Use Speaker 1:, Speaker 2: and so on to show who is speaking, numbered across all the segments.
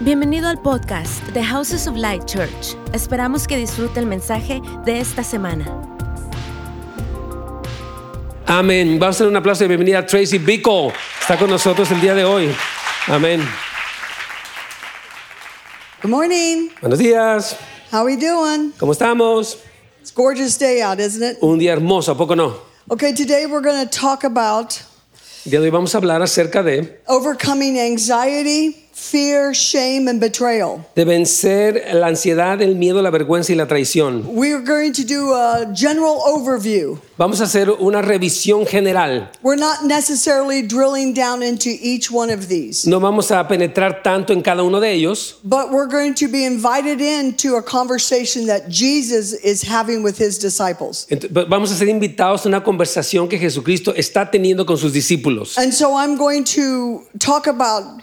Speaker 1: Bienvenido al podcast The Houses of Light Church. Esperamos que disfrute el mensaje de esta semana.
Speaker 2: Amén. Vamos a hacer un aplauso de bienvenida a Tracy Bico. Está con nosotros el día de hoy. Amén.
Speaker 3: Good morning.
Speaker 2: Buenos días.
Speaker 3: How we doing?
Speaker 2: ¿Cómo estamos?
Speaker 3: It's a gorgeous day out, isn't it?
Speaker 2: Un día hermoso, ¿a poco no?
Speaker 3: Okay, today we're going to talk about
Speaker 2: El día de hoy vamos a hablar acerca de,
Speaker 3: overcoming anxiety, fear, shame, and betrayal.
Speaker 2: de vencer la ansiedad, el miedo, la vergüenza y la traición.
Speaker 3: We're going to do a general overview.
Speaker 2: Vamos a hacer una revisión general.
Speaker 3: We're not necessarily drilling down into each one of these,
Speaker 2: No vamos a penetrar tanto en cada uno de ellos,
Speaker 3: but we're going to be invited into a conversation that Jesus is having with his disciples.
Speaker 2: Ent- va- vamos a ser invitados a una conversación que Jesucristo está teniendo con sus discípulos.
Speaker 3: And so I'm going to talk about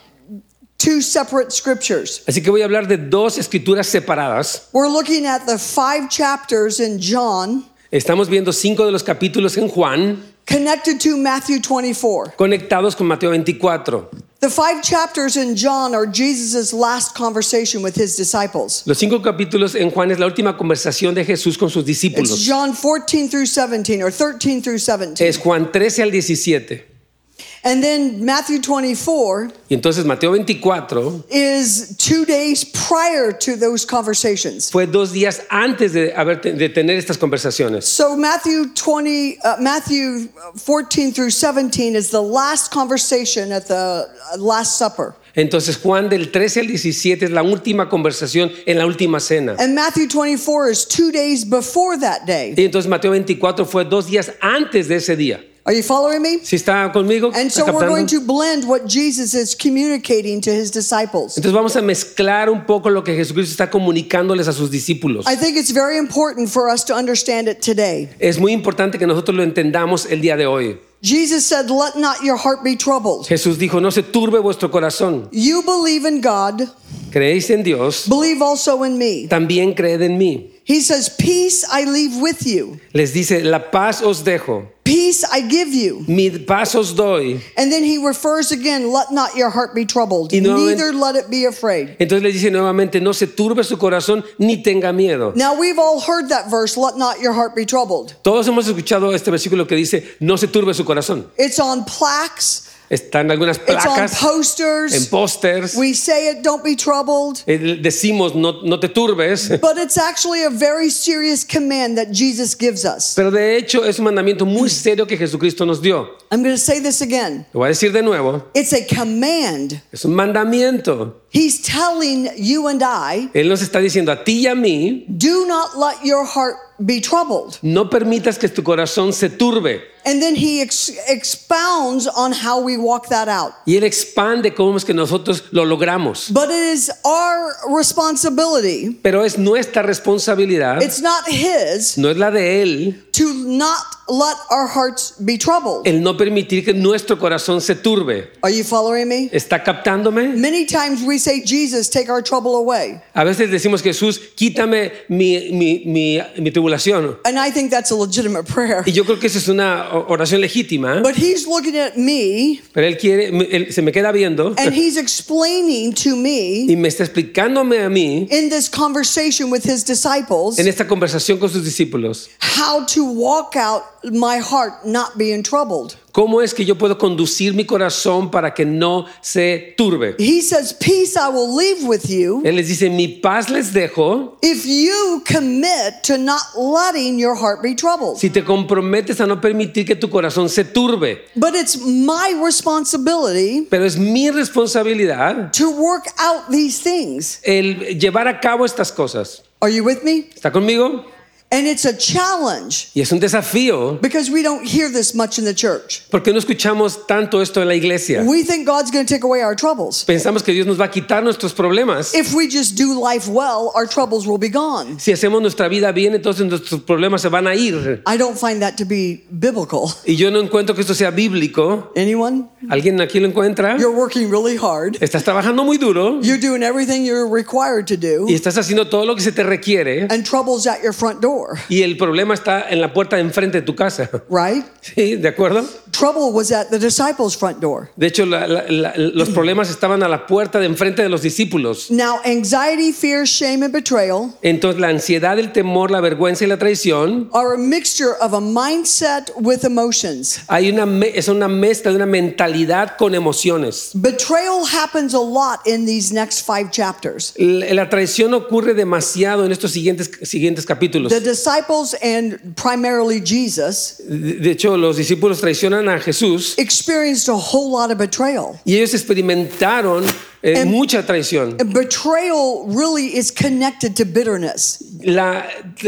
Speaker 3: two separate scriptures.
Speaker 2: Así que voy a hablar de dos escrituras separadas.
Speaker 3: We're looking at the five chapters in John
Speaker 2: Estamos viendo cinco de los capítulos en Juan,
Speaker 3: connected to Matthew 24.
Speaker 2: conectados con Mateo 24.
Speaker 3: The five chapters in John are Jesus' last conversation with his disciples.
Speaker 2: Los cinco capítulos en Juan es la última conversación de Jesús con sus
Speaker 3: It's
Speaker 2: discípulos.
Speaker 3: John 14 through 17 or 13 through 17.
Speaker 2: Es Juan 13 al 17.
Speaker 3: And then Matthew 24
Speaker 2: Y entonces Mateo 24
Speaker 3: is two days prior to those conversations.
Speaker 2: fue dos días antes de, haber, de tener estas conversaciones.
Speaker 3: So Matthew 20 uh, Matthew 14 through 17 is the last conversation at the uh, last supper.
Speaker 2: Entonces Juan del 13 al 17 es la última conversación en la última cena.
Speaker 3: And Matthew 24 is two days before that day.
Speaker 2: Y entonces Mateo 24 fue dos días antes de ese día.
Speaker 3: Are you following me?
Speaker 2: ¿Sí está conmigo?
Speaker 3: And so
Speaker 2: ¿Está
Speaker 3: we're going
Speaker 2: captando?
Speaker 3: to blend what Jesus is communicating to his disciples.
Speaker 2: Entonces vamos a mezclar un poco lo que Jesucristo está comunicándoles a sus discípulos.
Speaker 3: I think it's very important for us to understand it today.
Speaker 2: Es muy importante que nosotros lo entendamos el día de hoy.
Speaker 3: Jesus said, Let not your heart be troubled.
Speaker 2: Jesús dijo, no se turbe vuestro corazón.
Speaker 3: You believe in God,
Speaker 2: Creéis en Dios,
Speaker 3: believe also in me.
Speaker 2: también creed en mí.
Speaker 3: He says, Peace I leave with you,
Speaker 2: Les dice, la paz os dejo,
Speaker 3: peace I give you.
Speaker 2: mi paz os doy.
Speaker 3: And then he refers again, Let not your heart be troubled,
Speaker 2: Y nuevamente-
Speaker 3: neither let it be afraid.
Speaker 2: Entonces les dice nuevamente, no se turbe su corazón ni tenga miedo.
Speaker 3: Now we've all heard that verse, Let not your heart be troubled.
Speaker 2: Todos hemos escuchado este versículo que dice, no se turbe su corazón.
Speaker 3: It's on plaques,
Speaker 2: Están algunas
Speaker 3: it's on
Speaker 2: placas en
Speaker 3: posters.
Speaker 2: pósters.
Speaker 3: We say it, don't be troubled.
Speaker 2: Eh, Decimos, no, no te turbes.
Speaker 3: But it's actually a very serious command that Jesus gives us.
Speaker 2: Pero de hecho es un mandamiento muy serio que Jesucristo nos dio.
Speaker 3: I'm going to say this again.
Speaker 2: Lo voy a decir de nuevo.
Speaker 3: It's a command.
Speaker 2: Es un mandamiento.
Speaker 3: He's telling you and I,
Speaker 2: Él nos está diciendo a ti y a mí,
Speaker 3: do not let your heart be troubled.
Speaker 2: no permitas que tu corazón se turbe.
Speaker 3: And then he ex- expounds on how we walk that out.
Speaker 2: Y Él expande cómo es que nosotros lo logramos.
Speaker 3: But it is our responsibility,
Speaker 2: Pero es nuestra responsabilidad,
Speaker 3: it's not his,
Speaker 2: no es la de Él,
Speaker 3: to not let our hearts be troubled.
Speaker 2: el no permitir que nuestro corazón se turbe.
Speaker 3: Are you following me?
Speaker 2: ¿Está captándome?
Speaker 3: Many times we say, Jesus, take our trouble away.
Speaker 2: A veces decimos, Jesús, quítame mi, mi, mi, mi tribulación.
Speaker 3: And I think that's a legitimate prayer.
Speaker 2: Y yo creo que esa es una o- oración legítima,
Speaker 3: But he's looking at me
Speaker 2: pero Él quiere, me- él se me queda viendo
Speaker 3: and he's explaining to me
Speaker 2: y me está explicándome a mí
Speaker 3: in this conversation with his disciples
Speaker 2: en esta conversación con sus discípulos.
Speaker 3: how to walk out my heart not being troubled.
Speaker 2: ¿Cómo es que yo puedo conducir mi corazón para que no se turbe?
Speaker 3: He says, Peace I will leave with you
Speaker 2: Él les dice, mi paz les dejo
Speaker 3: if you commit to not letting your heart be troubled.
Speaker 2: si te comprometes a no permitir que tu corazón se turbe.
Speaker 3: But it's my responsibility
Speaker 2: Pero es mi responsabilidad
Speaker 3: to work out these things.
Speaker 2: el llevar a cabo estas cosas.
Speaker 3: Are you with me?
Speaker 2: ¿Está conmigo?
Speaker 3: And it's a challenge
Speaker 2: Y es un desafío
Speaker 3: because we don't hear this much in the church.
Speaker 2: porque no escuchamos tanto esto en la iglesia.
Speaker 3: We think God's going to take away our troubles.
Speaker 2: Pensamos que Dios nos va a quitar nuestros problemas.
Speaker 3: if we just do life well, our troubles will be gone.
Speaker 2: Si hacemos nuestra vida bien, entonces nuestros problemas se van a ir.
Speaker 3: I don't find that to be biblical.
Speaker 2: Y yo no encuentro que esto sea bíblico.
Speaker 3: Anyone?
Speaker 2: ¿Alguien aquí lo encuentra?
Speaker 3: You're working really hard.
Speaker 2: Estás trabajando muy duro.
Speaker 3: You're doing everything you're required to
Speaker 2: y
Speaker 3: do,
Speaker 2: estás haciendo todo lo que se te requiere
Speaker 3: and trouble's at your front door,
Speaker 2: y el problema está en la puerta de enfrente de tu casa.
Speaker 3: right?
Speaker 2: ¿Sí? ¿De acuerdo?
Speaker 3: trouble was at the disciples' front door.
Speaker 2: De hecho, la- la- la- los problemas estaban a la puerta de enfrente de los discípulos.
Speaker 3: Now, anxiety, fear, shame, and betrayal
Speaker 2: Entonces, la ansiedad, el temor, la vergüenza y la traición
Speaker 3: are a mixture of a mindset with emotions.
Speaker 2: hay una me- es una mezcla de una mentalidad con emociones.
Speaker 3: Betrayal happens a lot in these next five chapters.
Speaker 2: L- La traición ocurre demasiado en estos siguientes, siguientes capítulos.
Speaker 3: The disciples and primarily Jesus
Speaker 2: De de hecho, los discípulos traicionan a Jesús
Speaker 3: experienced a whole lot of betrayal.
Speaker 2: y ellos experimentaron eh,
Speaker 3: Em-
Speaker 2: mucha traición.
Speaker 3: And betrayal really is connected to bitterness.
Speaker 2: La,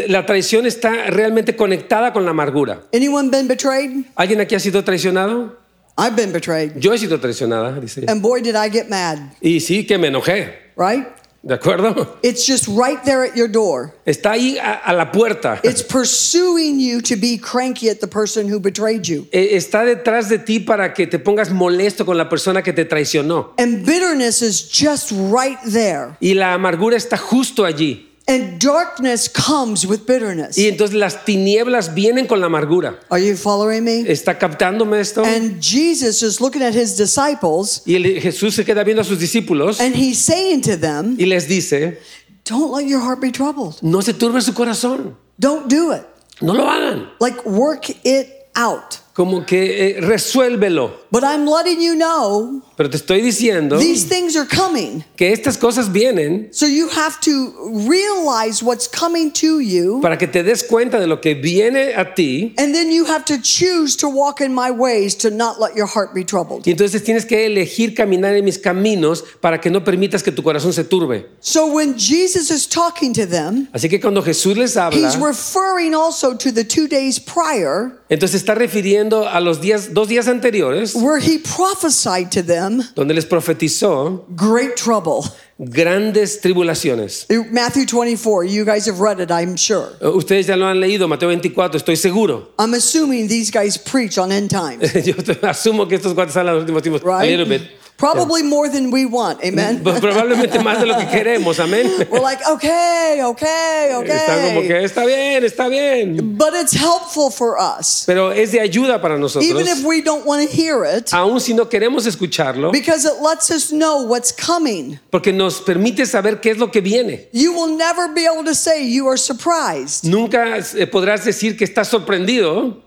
Speaker 2: la traición está realmente conectada con la amargura.
Speaker 3: Anyone been betrayed?
Speaker 2: ¿Alguien aquí ha sido traicionado?
Speaker 3: I've been betrayed.
Speaker 2: Yo he sido traicionada, dice. ella.
Speaker 3: And boy, did I get mad,
Speaker 2: Y sí que me enojé,
Speaker 3: right?
Speaker 2: ¿de acuerdo?
Speaker 3: It's just right there at your door.
Speaker 2: Está ahí a, a la puerta.
Speaker 3: It's pursuing you to be cranky at the person who betrayed you.
Speaker 2: Eh, Está detrás de ti para que te pongas molesto con la persona que te traicionó.
Speaker 3: And bitterness is just right there.
Speaker 2: Y la amargura está justo allí.
Speaker 3: And darkness comes with bitterness.
Speaker 2: Y entonces las tinieblas vienen con la amargura.
Speaker 3: Are you following me?
Speaker 2: ¿Está captándome esto?
Speaker 3: And Jesus is looking at his disciples
Speaker 2: Y el- Jesús se queda viendo a sus discípulos
Speaker 3: and he's saying to them,
Speaker 2: y les dice,
Speaker 3: Don't let your heart be troubled.
Speaker 2: no se turbe su corazón,
Speaker 3: Don't do it.
Speaker 2: no lo hagan.
Speaker 3: Like, work it out.
Speaker 2: Como que eh, resuélvelo.
Speaker 3: But I'm letting you know
Speaker 2: Pero te estoy diciendo
Speaker 3: these things are coming.
Speaker 2: que estas cosas vienen
Speaker 3: So you have to realize what's coming to you,
Speaker 2: para que te des cuenta de lo que viene a ti.
Speaker 3: and then you have to choose to walk in my ways to not let your heart be troubled.
Speaker 2: Y entonces tienes que elegir caminar en mis caminos para que no permitas que tu corazón se turbe.
Speaker 3: So when Jesus is talking to them,
Speaker 2: Así que cuando Jesús les
Speaker 3: he's
Speaker 2: habla,
Speaker 3: referring also to the two days prior
Speaker 2: entonces está refiriendo a los días, dos días anteriores,
Speaker 3: where he prophesied to them
Speaker 2: donde les profetizó
Speaker 3: great trouble.
Speaker 2: grandes tribulaciones.
Speaker 3: Matthew 24, you guys have read it, I'm sure.
Speaker 2: Eh, Ustedes ya lo han leído, Mateo 24, estoy seguro.
Speaker 3: I'm assuming these guys preach on end times,
Speaker 2: Yo te- asumo que estos cuates hablan los últimos tiempos. A little bit.
Speaker 3: right? Probably more than we want, amen?
Speaker 2: Pues probablemente más de lo que queremos, amén.
Speaker 3: We're like, okay, okay,
Speaker 2: Está como
Speaker 3: okay.
Speaker 2: que está bien, está bien.
Speaker 3: But it's helpful for us,
Speaker 2: Pero es de ayuda para nosotros.
Speaker 3: even if we don't want to hear it,
Speaker 2: aun si no queremos escucharlo,
Speaker 3: because it lets us know what's coming.
Speaker 2: porque nos permite saber qué es lo que viene.
Speaker 3: You will never be able to say you are surprised,
Speaker 2: Nunca eh, podrás decir que estás sorprendido,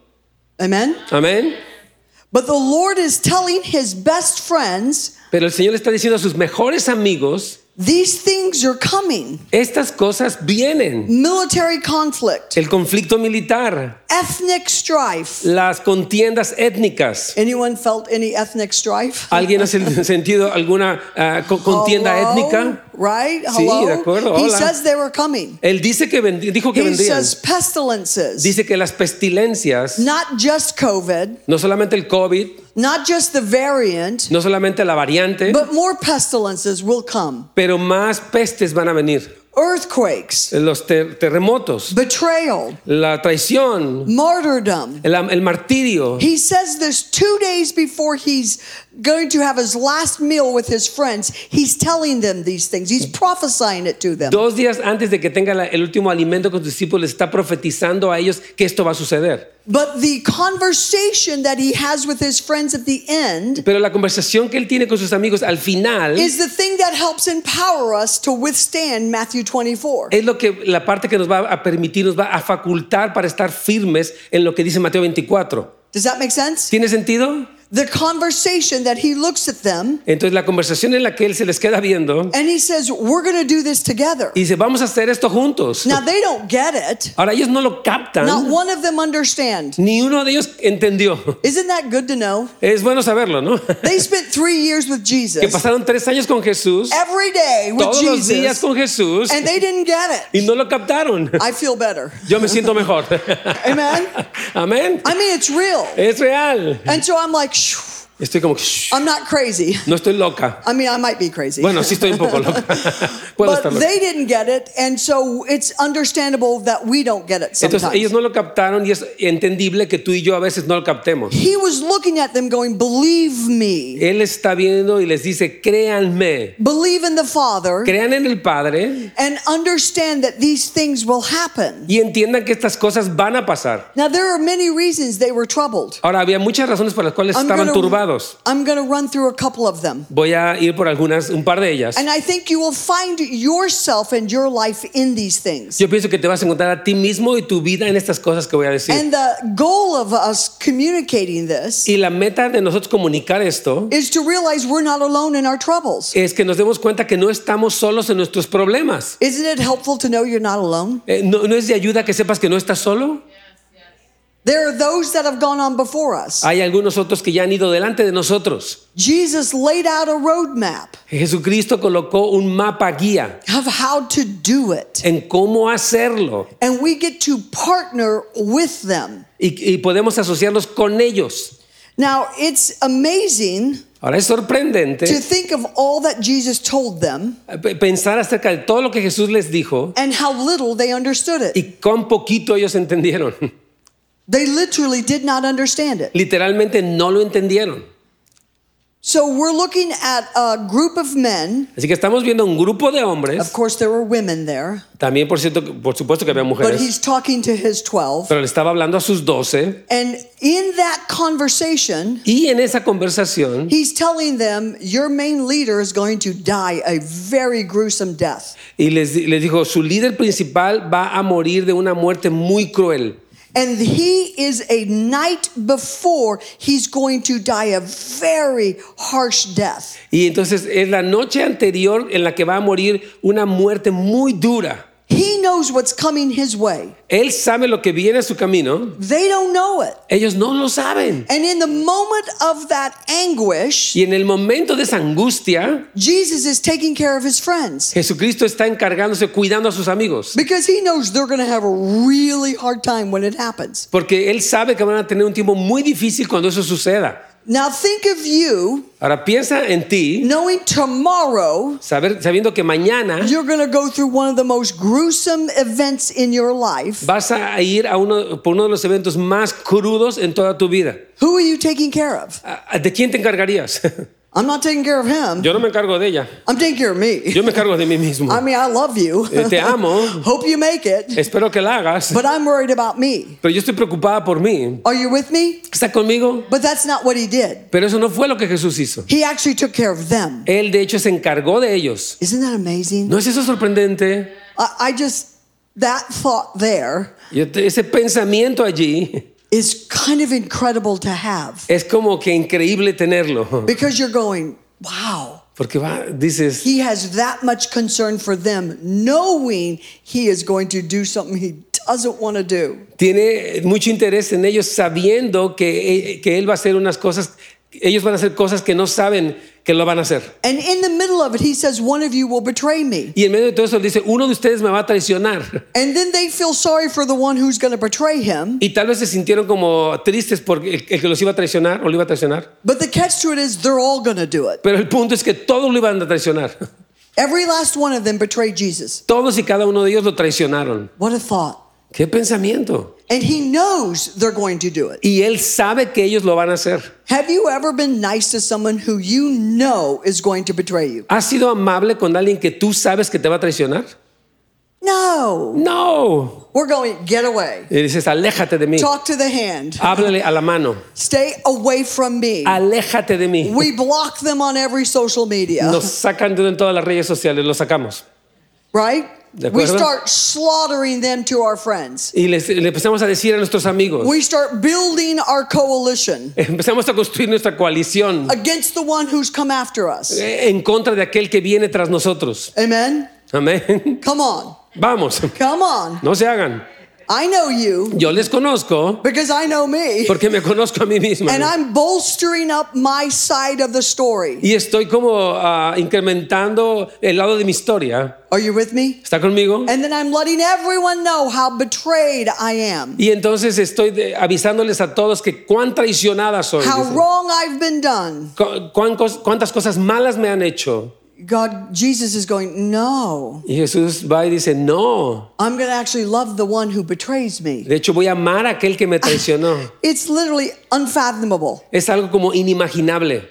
Speaker 3: amen?
Speaker 2: amén.
Speaker 3: But the Lord is telling his best friends,
Speaker 2: Pero el Señor le está diciendo a sus mejores amigos,
Speaker 3: these things are coming.
Speaker 2: estas cosas vienen.
Speaker 3: Military conflict,
Speaker 2: El conflicto militar,
Speaker 3: ethnic strife.
Speaker 2: las contiendas étnicas.
Speaker 3: Anyone felt any ethnic strife?
Speaker 2: ¿Alguien ha sen- sentido alguna ah, co- contienda
Speaker 3: Hello?
Speaker 2: étnica?
Speaker 3: Right?
Speaker 2: Sí,
Speaker 3: Hello?
Speaker 2: de acuerdo,
Speaker 3: He
Speaker 2: hola.
Speaker 3: says they were coming.
Speaker 2: Él dice que vendi- dijo que
Speaker 3: He
Speaker 2: vendrían.
Speaker 3: says pestilences.
Speaker 2: Dice que las pestilencias,
Speaker 3: not just COVID,
Speaker 2: no solamente el COVID,
Speaker 3: not just the variant,
Speaker 2: no solamente la variante,
Speaker 3: but more pestilences will come.
Speaker 2: pero más pestes van a venir.
Speaker 3: Earthquakes,
Speaker 2: los ter- terremotos,
Speaker 3: betrayal,
Speaker 2: la traición,
Speaker 3: martyrdom.
Speaker 2: el, am- el martirio.
Speaker 3: He says this two days before he's going to have his last meal with his friends. He's telling them these things, he's prophesying it to them.
Speaker 2: Dos días antes de que tenga la- el último alimento con sus discípulos, está profetizando a ellos que esto va a suceder.
Speaker 3: But the conversation that he has with his friends at the end
Speaker 2: Pero la conversación que él tiene con sus amigos al final
Speaker 3: is the thing that helps empower us to withstand Matthew 24.
Speaker 2: es lo que la parte que nos va a permitir, nos va a facultar para estar firmes en lo que dice Mateo 24.
Speaker 3: Does that make sense?
Speaker 2: ¿Tiene sentido?
Speaker 3: The conversation that he looks at them
Speaker 2: Entonces la conversación en la que él se les queda viendo
Speaker 3: and he says, We're going to do this together.
Speaker 2: y dice, vamos a hacer esto juntos.
Speaker 3: Now they don't get it.
Speaker 2: Ahora ellos no lo captan,
Speaker 3: Not one of them understand.
Speaker 2: ni uno de ellos entendió.
Speaker 3: Isn't that good to know?
Speaker 2: Es bueno saberlo, ¿no?
Speaker 3: They spent three years with
Speaker 2: que
Speaker 3: Jesus,
Speaker 2: pasaron tres años con Jesús,
Speaker 3: every day with
Speaker 2: todos los días
Speaker 3: Jesus,
Speaker 2: con Jesús,
Speaker 3: and they didn't get it.
Speaker 2: y no lo captaron.
Speaker 3: I feel better.
Speaker 2: Yo me siento mejor.
Speaker 3: Amen.
Speaker 2: Amén.
Speaker 3: I mean, it's real.
Speaker 2: Es real.
Speaker 3: And so I'm like, "Phew,
Speaker 2: Estoy como, "Shh,
Speaker 3: I'm not crazy.
Speaker 2: no estoy loca.
Speaker 3: I mean, I might be crazy.
Speaker 2: Bueno, sí estoy un poco loca. Puedo
Speaker 3: but
Speaker 2: estar loca.
Speaker 3: they didn't get it, and so it's understandable that we don't get it
Speaker 2: Entonces
Speaker 3: sometimes.
Speaker 2: ellos no lo captaron y es entendible que tú y yo a veces no lo captemos.
Speaker 3: He was looking at them going, Believe me.
Speaker 2: Él está viendo y les dice, créanme,
Speaker 3: Believe in the Father
Speaker 2: crean en el Padre
Speaker 3: and understand that these things will happen.
Speaker 2: y entiendan que estas cosas van a pasar.
Speaker 3: Now, there are many reasons they were troubled.
Speaker 2: Ahora, había muchas razones por las cuales estaban turbados.
Speaker 3: I'm going to run through a couple of them.
Speaker 2: Voy a ir por algunas, un par de ellas.
Speaker 3: And I think you will find yourself and your life in these things.
Speaker 2: Yo pienso que te vas a encontrar a ti mismo y tu vida en estas cosas que voy a decir.
Speaker 3: And the goal of us communicating this
Speaker 2: Y la meta de nosotros comunicar esto
Speaker 3: is to realize we're not alone in our troubles.
Speaker 2: es que nos demos cuenta que no estamos solos en nuestros problemas.
Speaker 3: Isn't it helpful to know you're not alone?
Speaker 2: Eh, ¿No, no es de ayuda que sepas que no estás solo?
Speaker 3: There are those that have gone on before us.
Speaker 2: Hay algunos otros que ya han ido delante de nosotros.
Speaker 3: Jesus laid out a roadmap
Speaker 2: Jesucristo colocó un mapa guía
Speaker 3: of how to do it.
Speaker 2: en cómo hacerlo
Speaker 3: And we get to partner with them.
Speaker 2: y, y podemos asociarnos con ellos.
Speaker 3: Now, it's amazing
Speaker 2: Ahora es
Speaker 3: to
Speaker 2: sorprendente
Speaker 3: think of all that Jesus told them
Speaker 2: pe- pensar acerca de todo lo que Jesús les dijo
Speaker 3: and how little they understood it.
Speaker 2: y cuán poquito ellos entendieron.
Speaker 3: They literally did not understand it.
Speaker 2: Literalmente no lo entendieron.
Speaker 3: So we're looking at a group of men.
Speaker 2: Así que estamos viendo un grupo de
Speaker 3: Of
Speaker 2: hombres.
Speaker 3: course, there were women there,
Speaker 2: También, por cierto, por supuesto que había
Speaker 3: but
Speaker 2: mujeres.
Speaker 3: he's talking to his 12.
Speaker 2: Pero le estaba hablando a sus doce.
Speaker 3: And in that conversation,
Speaker 2: Y en esa conversación,
Speaker 3: he's telling them, Your main leader is going to die a very gruesome death.
Speaker 2: y les, di- les dijo, su líder principal va a morir de una muerte muy cruel.
Speaker 3: And he is a night before he's going to die a very harsh death.
Speaker 2: Y entonces es la noche anterior en la que va a morir una muerte muy dura.
Speaker 3: He knows what's coming his way,
Speaker 2: Él sabe lo que viene a su camino.
Speaker 3: they don't know it.
Speaker 2: Ellos no lo saben.
Speaker 3: And in the moment of that anguish,
Speaker 2: Y en el momento de esa angustia,
Speaker 3: Jesus is taking care of his friends
Speaker 2: Jesucristo está encargándose, cuidando a sus amigos.
Speaker 3: because he knows they're going to have a really hard time when it happens.
Speaker 2: Porque Él sabe que van a tener un tiempo muy difícil cuando eso suceda.
Speaker 3: Now, think of you
Speaker 2: Ahora piensa en ti,
Speaker 3: knowing tomorrow
Speaker 2: saber- sabiendo que mañana
Speaker 3: you're going to go through one of the most gruesome events in your life.
Speaker 2: vas a ir a uno, por uno de los eventos más crudos en toda tu vida.
Speaker 3: Who are you taking care of?
Speaker 2: ¿A- a- ¿De quién te encargarías?
Speaker 3: I'm not taking care of him.
Speaker 2: Yo no me encargo de ella.
Speaker 3: I'm taking care of me.
Speaker 2: Yo me encargo de mí mismo.
Speaker 3: I mean, I love you.
Speaker 2: Eh, te amo.
Speaker 3: Hope you make it.
Speaker 2: Espero que la hagas.
Speaker 3: But I'm worried about me.
Speaker 2: Pero yo estoy preocupada por mí.
Speaker 3: Are you with me?
Speaker 2: ¿Está conmigo?
Speaker 3: But that's not what he did.
Speaker 2: Pero eso no fue lo que Jesús hizo.
Speaker 3: He actually took care of them.
Speaker 2: Él, de hecho, se encargó de ellos.
Speaker 3: Isn't that amazing?
Speaker 2: ¿No es eso sorprendente?
Speaker 3: I, I just, that thought there
Speaker 2: Yo te- Ese pensamiento allí
Speaker 3: is kind of incredible to have
Speaker 2: es como que increíble tenerlo.
Speaker 3: because you're going, wow,
Speaker 2: Porque va, dices,
Speaker 3: he has that much concern for them, knowing he is going to do something he doesn't want to do.
Speaker 2: tiene mucho interés en ellos sabiendo que, eh, que Él va a hacer unas cosas, ellos van a hacer cosas que no saben que lo van a hacer.
Speaker 3: And in the middle of it, he says, one of you will betray me.
Speaker 2: Y en medio de todo eso él dice, uno de ustedes me va a traicionar.
Speaker 3: And then they feel sorry for the one who's going to betray him.
Speaker 2: Y tal vez se sintieron como tristes porque el, el que los iba a traicionar o lo iba a traicionar.
Speaker 3: But the catch to it is they're all going to do it.
Speaker 2: Pero el punto es que todos lo iban a traicionar.
Speaker 3: Every last one of them betrayed Jesus.
Speaker 2: Todos y cada uno de ellos lo traicionaron.
Speaker 3: What a thought.
Speaker 2: Qué pensamiento.
Speaker 3: And he knows they're going to do it.
Speaker 2: Y él sabe que ellos lo van a hacer.
Speaker 3: Have you ever been nice to someone who you know is going to betray you?
Speaker 2: ¿Has sido amable con alguien que tú sabes que te va a traicionar?
Speaker 3: No.
Speaker 2: No.
Speaker 3: We're going, get away.
Speaker 2: Y dices, aléjate de mí.
Speaker 3: Talk to the hand.
Speaker 2: Háblale a la mano.
Speaker 3: Stay away from me.
Speaker 2: Aléjate de mí.
Speaker 3: We block them on every social media,
Speaker 2: Nos sacan de en todas las redes sociales, lo sacamos.
Speaker 3: right?
Speaker 2: De
Speaker 3: We
Speaker 2: acuerdo.
Speaker 3: start slaughtering them to our friends.
Speaker 2: Y les- le empezamos a decir a nuestros amigos.
Speaker 3: We start building our coalition
Speaker 2: Empezamos a construir nuestra coalición.
Speaker 3: against the one who's come after us.
Speaker 2: eh, en contra de aquel que viene tras nosotros.
Speaker 3: Amen?
Speaker 2: Amén.
Speaker 3: Come on.
Speaker 2: Vamos,
Speaker 3: Come on.
Speaker 2: no se hagan.
Speaker 3: I know you
Speaker 2: Yo les conozco
Speaker 3: because I know me.
Speaker 2: porque me conozco a mí mismo.
Speaker 3: And I'm bolstering up my side of the story.
Speaker 2: Y estoy como ah, incrementando el lado de mi historia.
Speaker 3: Are you with me?
Speaker 2: ¿Está conmigo?
Speaker 3: And then I'm letting everyone know how betrayed I am,
Speaker 2: Y entonces estoy de- avisándoles a todos que cuán traicionada soy.
Speaker 3: how
Speaker 2: dice.
Speaker 3: wrong I've been done.
Speaker 2: Cu- cuán cos- cuántas cosas malas me han hecho.
Speaker 3: God, Jesus is going, No,
Speaker 2: Y Jesús va y dice, no,
Speaker 3: I'm going to actually love the one who betrays me.
Speaker 2: de hecho voy a amar a aquel que me traicionó.
Speaker 3: It's literally unfathomable.
Speaker 2: Es algo como inimaginable,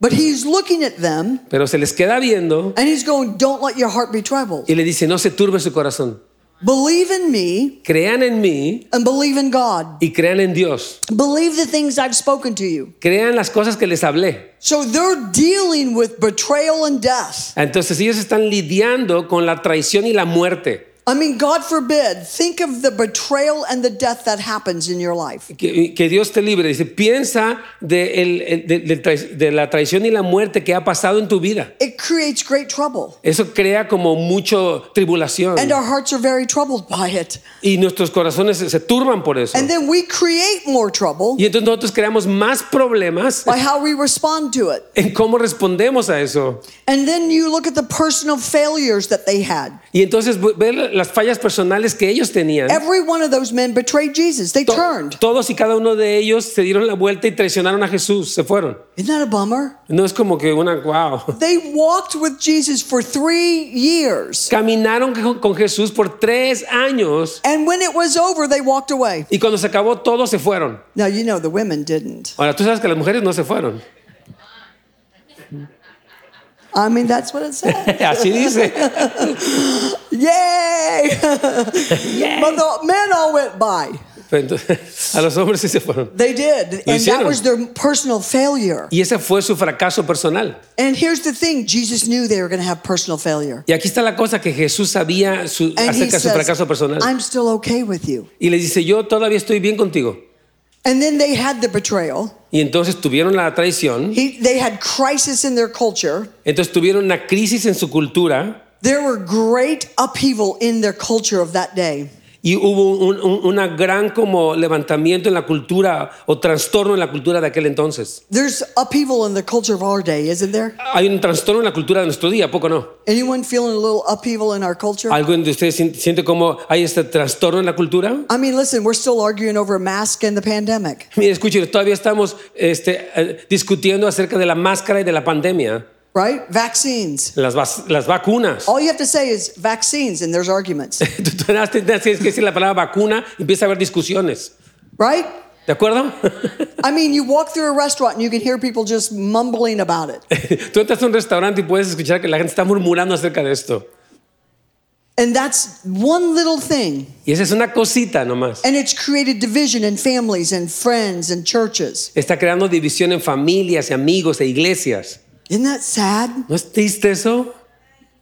Speaker 3: But he's looking at them
Speaker 2: pero se les queda viendo
Speaker 3: and he's going, Don't let your heart be troubled.
Speaker 2: y le dice, no se turbe su corazón.
Speaker 3: Believe in me
Speaker 2: Crean en mí
Speaker 3: and believe in God.
Speaker 2: y crean en Dios.
Speaker 3: Believe the things I've spoken to you.
Speaker 2: Crean las cosas que les hablé.
Speaker 3: So they're dealing with betrayal and death.
Speaker 2: Entonces ellos están lidiando con la traición y la muerte.
Speaker 3: I mean, God forbid, think of the betrayal and the death that happens in your life.
Speaker 2: Que, que Dios te libre. Dice, piensa de, el- el- de- de trai- de la traición y la muerte que ha pasado en tu vida.
Speaker 3: It creates great trouble.
Speaker 2: Eso crea como mucho tribulación.
Speaker 3: And our hearts are very troubled by it.
Speaker 2: Y nuestros corazones se, se turban por eso.
Speaker 3: And then we create more trouble
Speaker 2: Y entonces nosotros creamos más problemas
Speaker 3: by how we respond to it.
Speaker 2: en cómo respondemos a eso.
Speaker 3: And then you look at the personal failures that they had.
Speaker 2: Y entonces vu- ver las fallas personales que ellos tenían.
Speaker 3: Every one of those men betrayed Jesus. They
Speaker 2: To-
Speaker 3: turned.
Speaker 2: Todos y cada uno de ellos se dieron la vuelta y traicionaron a Jesús, se fueron.
Speaker 3: Isn't that a bummer?
Speaker 2: No es como que una, wow.
Speaker 3: They walked with Jesus for three years.
Speaker 2: Caminaron con- con Jesús por tres años
Speaker 3: And when it was over, they walked away.
Speaker 2: y cuando se acabó todos se fueron.
Speaker 3: Now, you know, the women didn't.
Speaker 2: Ahora, tú sabes que las mujeres no se fueron.
Speaker 3: I mean, that's what it said.
Speaker 2: Así dice.
Speaker 3: Yay! But the men all went by.
Speaker 2: Pero entonces, a los hombres sí se fueron.
Speaker 3: They did.
Speaker 2: Lo
Speaker 3: And that
Speaker 2: hicieron.
Speaker 3: was their personal failure.
Speaker 2: Y ese fue su fracaso personal.
Speaker 3: And here's the thing Jesus knew they were going to have personal failure.
Speaker 2: Y aquí está la cosa que Jesús sabía su-
Speaker 3: And he
Speaker 2: acerca de su
Speaker 3: says,
Speaker 2: fracaso personal.
Speaker 3: I'm still okay with you.
Speaker 2: Y les dice, yo todavía estoy bien contigo.
Speaker 3: And then they had the betrayal.
Speaker 2: Y entonces tuvieron la traición,
Speaker 3: He, they had crisis in their culture.
Speaker 2: entonces tuvieron una crisis en su cultura
Speaker 3: There were great upheaval in their culture of that day.
Speaker 2: y hubo un- un- una gran como levantamiento en la cultura o trastorno en la cultura de aquel entonces.
Speaker 3: There's upheaval in the culture of our day, isn't there?
Speaker 2: Hay un trastorno en la cultura de nuestro día, ¿a poco no?
Speaker 3: Anyone feeling a little upheaval in our culture?
Speaker 2: ¿Algo de ustedes sien- siente como hay este trastorno en la cultura?
Speaker 3: I mean, listen, we're still arguing over a mask and the pandemic,
Speaker 2: Mire, escuchen, todavía estamos este, eh, discutiendo acerca de la máscara y de la pandemia,
Speaker 3: right? Vaccines.
Speaker 2: las, vac- las vacunas.
Speaker 3: All you have to say is vaccines, and there's arguments,
Speaker 2: Tú te das- te das- tienes que decir la palabra vacuna, empieza a haber discusiones.
Speaker 3: right?
Speaker 2: ¿De acuerdo?
Speaker 3: I mean, you walk through a restaurant and you can hear people just mumbling about it.
Speaker 2: Tú entras a un restaurante y puedes escuchar que la gente está murmurando acerca de esto.
Speaker 3: And that's one little thing.
Speaker 2: Y esa es una cosita nomás.
Speaker 3: And it's created division in families and friends and churches.
Speaker 2: Está creando división en familias y amigos e iglesias.
Speaker 3: Isn't that sad?
Speaker 2: ¿No es triste eso?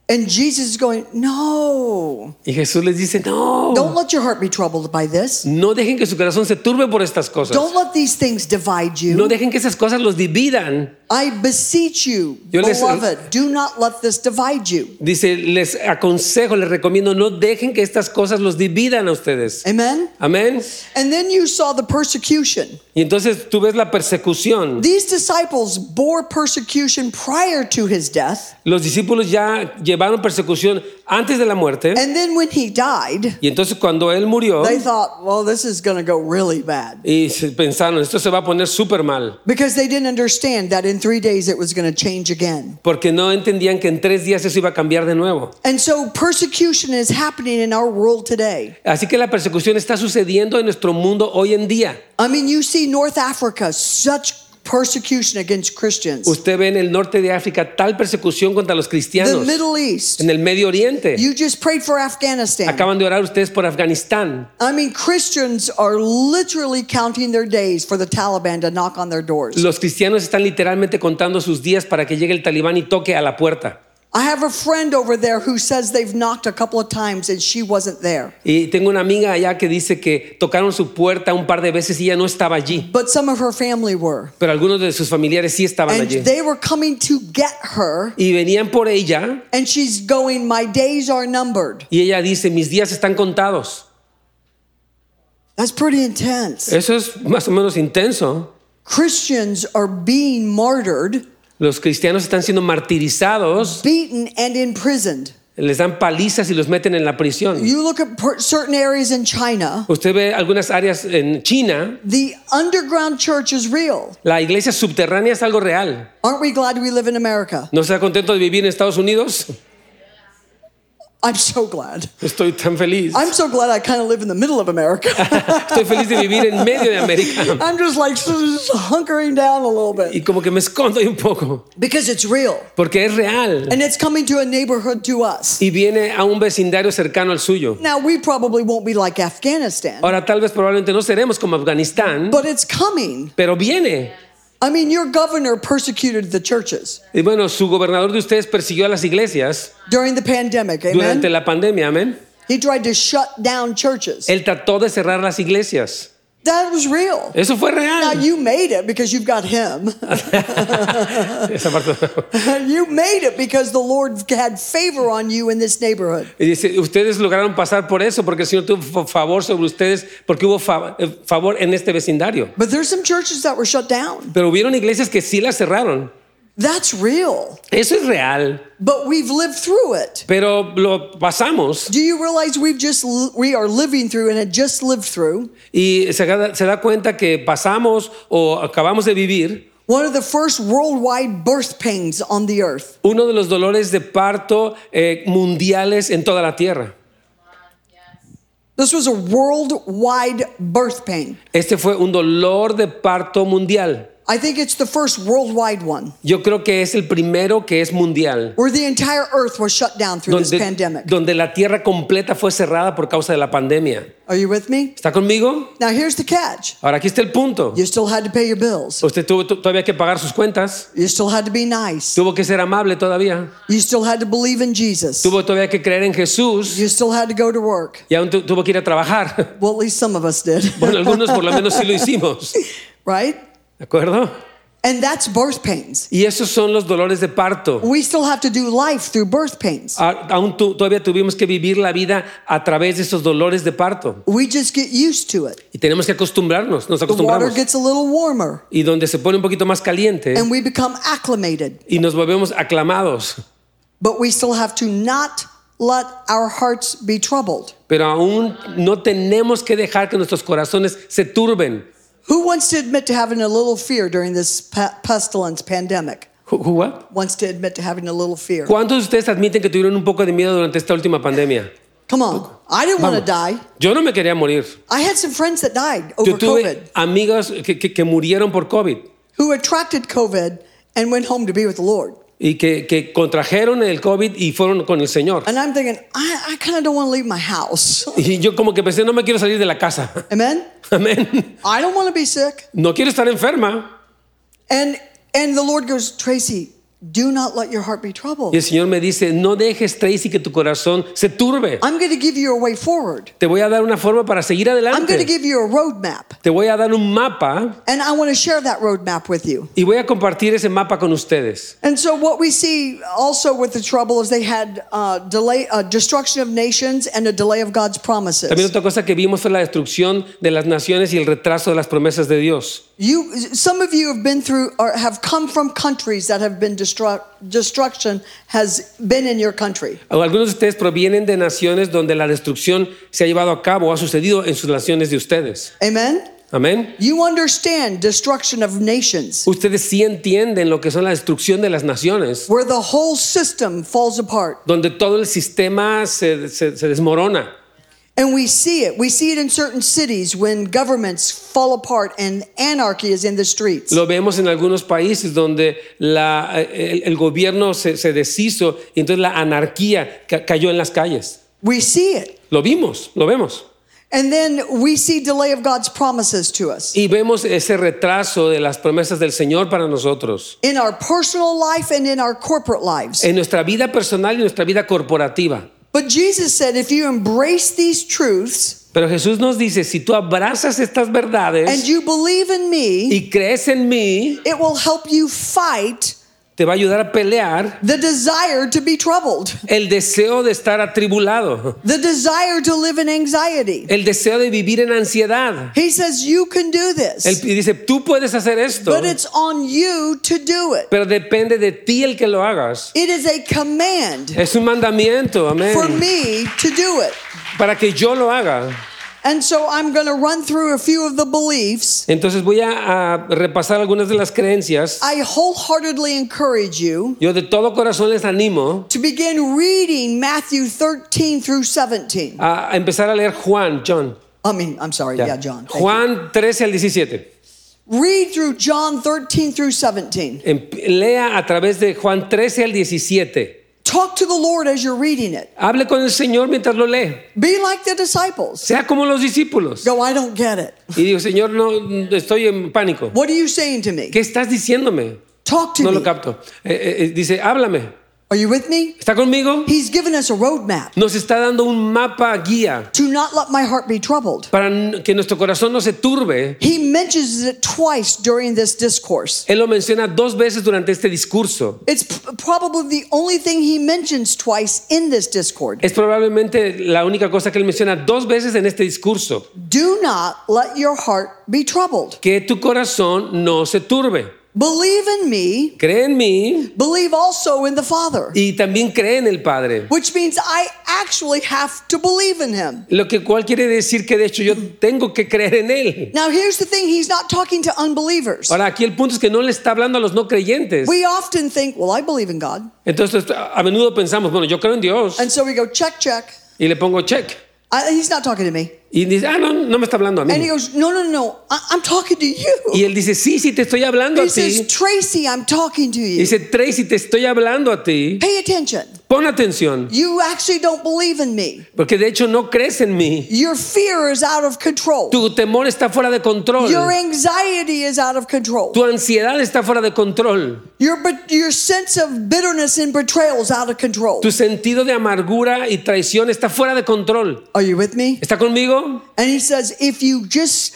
Speaker 3: And Jesus is going, No,
Speaker 2: Y Jesús les dice,
Speaker 3: don't
Speaker 2: no,
Speaker 3: let your heart be troubled by this.
Speaker 2: no dejen que su corazón se turbe por estas cosas.
Speaker 3: Don't let these things divide you.
Speaker 2: No dejen que esas cosas los dividan.
Speaker 3: I beseech you,
Speaker 2: Yo les-
Speaker 3: beloved, do not let this divide you.
Speaker 2: Dice, les aconsejo, les recomiendo, no dejen que estas cosas los dividan a ustedes.
Speaker 3: Amen?
Speaker 2: Amén.
Speaker 3: And then you saw the persecution.
Speaker 2: Y entonces tú ves la persecución.
Speaker 3: These disciples bore persecution prior to his death.
Speaker 2: Los discípulos ya llevaron persecución antes de la muerte.
Speaker 3: And then when he died,
Speaker 2: Y entonces cuando él murió,
Speaker 3: they thought, well, this is going to go really bad
Speaker 2: y se- pensaron, esto se va a poner súper mal,
Speaker 3: because they didn't understand that in three days it was going to change again.
Speaker 2: porque no entendían que en tres días eso iba a cambiar de nuevo.
Speaker 3: And so persecution is happening in our world today.
Speaker 2: Así que la persecución está sucediendo en nuestro mundo hoy en día.
Speaker 3: I mean, you see North Africa, such persecution against Christians,
Speaker 2: Usted ve en el norte de África tal persecución contra los
Speaker 3: the
Speaker 2: cristianos,
Speaker 3: Middle East.
Speaker 2: en el Medio Oriente.
Speaker 3: You just prayed for Afghanistan.
Speaker 2: Acaban de orar ustedes por Afganistán.
Speaker 3: I mean, Christians are literally counting their days for the Taliban to knock on their doors.
Speaker 2: Los cristianos están literalmente contando sus días para que llegue el talibán y toque a la puerta.
Speaker 3: I have a friend over there who says they've knocked a couple of times and she wasn't there.
Speaker 2: Y tengo una amiga allá que dice que tocaron su puerta un par de veces y ella no estaba allí,
Speaker 3: But some of her family were.
Speaker 2: pero algunos de sus familiares sí estaban
Speaker 3: And
Speaker 2: allí.
Speaker 3: they were coming to get her.
Speaker 2: Y venían por ella
Speaker 3: And she's going, My days are numbered.
Speaker 2: y ella dice, mis días están contados.
Speaker 3: That's pretty intense.
Speaker 2: Eso es más o menos intenso.
Speaker 3: Christians are being martyred,
Speaker 2: Los cristianos están siendo martirizados,
Speaker 3: beaten, and imprisoned.
Speaker 2: les dan palizas y los meten en la prisión.
Speaker 3: You look at per- certain areas in China,
Speaker 2: Usted ve algunas áreas en China,
Speaker 3: the underground church is real.
Speaker 2: la iglesia subterránea es algo real.
Speaker 3: Aren't we glad we live in America?
Speaker 2: ¿No está contento de vivir en Estados Unidos?
Speaker 3: I'm so glad.
Speaker 2: Estoy tan feliz.
Speaker 3: I'm so glad I kind of live in the middle of America.
Speaker 2: Estoy feliz de vivir en medio de América.
Speaker 3: I'm just like just hunkering down a little
Speaker 2: Y
Speaker 3: bit
Speaker 2: como que me escondo ahí un poco,
Speaker 3: because it's real
Speaker 2: porque es real
Speaker 3: and it's coming to a neighborhood to us.
Speaker 2: y viene a un vecindario cercano al suyo.
Speaker 3: Now, we probably won't be like Afghanistan,
Speaker 2: Ahora tal vez probablemente no seremos como Afganistán,
Speaker 3: but it's coming.
Speaker 2: pero viene.
Speaker 3: I mean, your governor persecuted the churches
Speaker 2: Y bueno, su gobernador de ustedes persiguió a las iglesias
Speaker 3: during the pandemic, amen?
Speaker 2: durante la pandemia, amén.
Speaker 3: He tried to shut down churches.
Speaker 2: Él trató de cerrar las iglesias.
Speaker 3: That was real.
Speaker 2: Eso fue
Speaker 3: Now,
Speaker 2: real.
Speaker 3: you made it because you've got him.
Speaker 2: Esa parte.
Speaker 3: you made it because the Lord had favor on you in this neighborhood.
Speaker 2: Y dice, ustedes lograron pasar por eso porque el Señor tuvo fa- favor sobre ustedes porque hubo fa- eh, favor en este vecindario.
Speaker 3: But there's some churches that were shut down.
Speaker 2: Pero hubieron iglesias que sí las cerraron.
Speaker 3: That's real.
Speaker 2: Eso es real,
Speaker 3: But we've lived through it.
Speaker 2: pero lo pasamos
Speaker 3: Do you realize we've just we are living through and had just lived through
Speaker 2: y se da, se da cuenta que pasamos o acabamos de vivir
Speaker 3: one of the first worldwide birth pains on the earth.
Speaker 2: uno de los dolores de parto eh, mundiales en toda la tierra.
Speaker 3: This was a worldwide birth pain.
Speaker 2: Este fue un dolor de parto mundial.
Speaker 3: I think it's the first worldwide one
Speaker 2: Yo creo que es el primero que es mundial.
Speaker 3: where the entire earth was shut down through this
Speaker 2: donde,
Speaker 3: pandemic.
Speaker 2: donde la tierra completa fue cerrada por causa de la pandemia.
Speaker 3: Are you with me?
Speaker 2: ¿Está conmigo?
Speaker 3: Now here's the catch.
Speaker 2: Ahora aquí está el punto.
Speaker 3: You still had to pay your bills.
Speaker 2: Usted tuvo tu- todavía que pagar sus cuentas,
Speaker 3: You still had to be nice.
Speaker 2: tuvo que ser amable todavía,
Speaker 3: You still had to believe in Jesus.
Speaker 2: tuvo todavía que creer en Jesús
Speaker 3: You still had to go to work.
Speaker 2: y aún tu- tuvo que ir a trabajar.
Speaker 3: Well, at least some of us did.
Speaker 2: Bueno, algunos por lo menos sí lo hicimos,
Speaker 3: right?
Speaker 2: ¿de acuerdo?
Speaker 3: And that's birth pains.
Speaker 2: Y esos son los dolores de parto.
Speaker 3: We still have to do life through birth pains.
Speaker 2: A- Aún tu- todavía tuvimos que vivir la vida a través de esos dolores de parto.
Speaker 3: We just get used to it.
Speaker 2: Y tenemos que acostumbrarnos, nos
Speaker 3: The water
Speaker 2: acostumbramos.
Speaker 3: gets a little warmer
Speaker 2: Y donde se pone un poquito más caliente
Speaker 3: and we become acclimated,
Speaker 2: y nos volvemos aclamados.
Speaker 3: but we still have to not let our hearts be troubled.
Speaker 2: Pero aún no tenemos que dejar que nuestros corazones se turben.
Speaker 3: Who wants to admit to having a little fear during this pa- pestilence pandemic?
Speaker 2: Who- who what?
Speaker 3: Wants to admit to having a little fear.
Speaker 2: ¿Cuántos de ustedes admiten que tuvieron un poco de miedo durante esta última pandemia?
Speaker 3: Come on. I didn't want to die.
Speaker 2: Yo no me quería morir.
Speaker 3: I had some friends that died over
Speaker 2: Yo tuve
Speaker 3: COVID
Speaker 2: amigos que, que- que murieron por COVID
Speaker 3: who attracted COVID and went home to be with the Lord.
Speaker 2: y que, que contrajeron el COVID y fueron con el Señor.
Speaker 3: And I'm thinking, I, I kind of don't want to leave my house.
Speaker 2: Y yo como que pensé, no me quiero salir de la casa.
Speaker 3: Amen.
Speaker 2: Amén.
Speaker 3: I don't want to be sick.
Speaker 2: No quiero estar enferma.
Speaker 3: And and the Lord goes, Tracy, do not let your heart be troubled.
Speaker 2: Y el Señor me dice, no dejes, Tracy, que tu corazón se turbe.
Speaker 3: I'm going to give you a way forward.
Speaker 2: Te voy a dar una forma para seguir
Speaker 3: I'm going to
Speaker 2: adelante.
Speaker 3: give you a roadmap.
Speaker 2: Te voy a dar un mapa
Speaker 3: And I want to share that roadmap with you.
Speaker 2: y voy a compartir ese mapa con ustedes.
Speaker 3: And so, what we see also with the trouble is they had uh, delay, uh, destruction of nations, and a delay of God's promises.
Speaker 2: También otra cosa que vimos fue la destrucción de las naciones y el retraso de las promesas de Dios.
Speaker 3: You, some of you have been through or have come from countries that have been destru- destruction has been in your country.
Speaker 2: Algunos de ustedes provienen de naciones donde la destrucción se ha llevado a cabo, ha sucedido en sus naciones de ustedes.
Speaker 3: Amen.
Speaker 2: Amén.
Speaker 3: You understand destruction of nations,
Speaker 2: Ustedes sí entienden lo que son la destrucción de las naciones,
Speaker 3: where the whole system falls apart,
Speaker 2: donde todo el sistema se, se- se desmorona.
Speaker 3: and we see it. We see it in certain cities when governments fall apart and anarchy is in the streets.
Speaker 2: Lo vemos en algunos países donde la- eh, el, el gobierno se, se deshizo y entonces la anarquía ca- cayó en las calles.
Speaker 3: We see it,
Speaker 2: Lo vimos, lo vemos.
Speaker 3: and then we see delay of God's promises to us
Speaker 2: Y vemos ese retraso de las promesas del Señor para nosotros,
Speaker 3: in our personal life and in our corporate lives.
Speaker 2: en nuestra vida personal y nuestra vida corporativa.
Speaker 3: But Jesus said, if you embrace these truths
Speaker 2: Pero Jesús nos dice, si tú abrazas estas
Speaker 3: and
Speaker 2: verdades
Speaker 3: you believe in me,
Speaker 2: y crees en mí,
Speaker 3: it will help you fight
Speaker 2: te va a ayudar a pelear
Speaker 3: the desire to be troubled,
Speaker 2: el deseo de estar atribulado,
Speaker 3: the desire to live in anxiety.
Speaker 2: el deseo de vivir en ansiedad.
Speaker 3: He says, You can do
Speaker 2: Él
Speaker 3: this,
Speaker 2: dice, tú puedes hacer esto,
Speaker 3: but it's on you to do it.
Speaker 2: pero depende de ti el que lo hagas.
Speaker 3: It is a command
Speaker 2: Es un mandamiento, amén.
Speaker 3: for me to do it.
Speaker 2: Para que yo lo haga.
Speaker 3: And so I'm going to run through a few of the beliefs.
Speaker 2: Entonces voy a, a repasar algunas de las creencias.
Speaker 3: I wholeheartedly encourage you
Speaker 2: Yo de todo corazón les animo
Speaker 3: to begin reading Matthew 13 through 17.
Speaker 2: a, a empezar a leer Juan, John.
Speaker 3: I mean, I'm sorry, yeah, John. thank you.
Speaker 2: Juan 13 al 17.
Speaker 3: Read through John 13 through 17.
Speaker 2: Em- Lea a través de Juan 13 al 17.
Speaker 3: Talk to the Lord as you're reading it.
Speaker 2: Hable con el Señor mientras lo lee.
Speaker 3: Be like the disciples.
Speaker 2: Sea como los discípulos.
Speaker 3: Go, I don't get it.
Speaker 2: Y digo, Señor, no estoy en pánico.
Speaker 3: What are you saying to me?
Speaker 2: ¿Qué estás diciéndome?
Speaker 3: Talk to
Speaker 2: No lo
Speaker 3: me.
Speaker 2: capto. Eh, eh, eh, dice, háblame.
Speaker 3: Are you with me?
Speaker 2: ¿Está conmigo?
Speaker 3: He's given us a roadmap
Speaker 2: Nos está dando un mapa guía
Speaker 3: to not let my heart be troubled.
Speaker 2: para n- que nuestro corazón no se turbe.
Speaker 3: He mentions it twice during this discourse.
Speaker 2: Él lo menciona dos veces durante este discurso.
Speaker 3: It's p- probably the only thing he mentions twice in this discord.
Speaker 2: Es probablemente la única cosa que él menciona dos veces en este discurso.
Speaker 3: Do not let your heart be troubled.
Speaker 2: Que tu corazón no se turbe.
Speaker 3: Believe in me,
Speaker 2: Cree en mí
Speaker 3: believe also in the Father,
Speaker 2: y también cree en el Padre.
Speaker 3: which means I actually have to believe in him.
Speaker 2: Lo que cual quiere decir que de hecho yo tengo que creer en él.
Speaker 3: Now, here's the thing he's not talking to unbelievers.
Speaker 2: Ahora aquí el punto es que no le está hablando a los no creyentes.
Speaker 3: We often think, well, I believe in God.
Speaker 2: Entonces a menudo pensamos, bueno, yo creo en Dios
Speaker 3: And so we go, check, check.
Speaker 2: y le pongo check.
Speaker 3: I, he's not talking to me.
Speaker 2: Y dice, ah, no, no me está hablando a
Speaker 3: And he
Speaker 2: mí.
Speaker 3: goes, no, no, no, I, I'm talking to you.
Speaker 2: Y él dice, sí, sí, te estoy hablando a
Speaker 3: He
Speaker 2: ti.
Speaker 3: says, Tracy, I'm talking to
Speaker 2: Y
Speaker 3: you.
Speaker 2: dice, Tracy, te estoy hablando a ti.
Speaker 3: Pay attention.
Speaker 2: Pon atención,
Speaker 3: You actually don't believe in me.
Speaker 2: porque de hecho no crees en mí.
Speaker 3: Your fear is out of control.
Speaker 2: Tu temor está fuera de control.
Speaker 3: Your anxiety is out of control.
Speaker 2: Tu ansiedad está fuera de control.
Speaker 3: Your, bet- your sense of bitterness and betrayal is out of control.
Speaker 2: Tu sentido de amargura y traición está fuera de control.
Speaker 3: Are you with me?
Speaker 2: ¿Está conmigo?
Speaker 3: And he says, if you just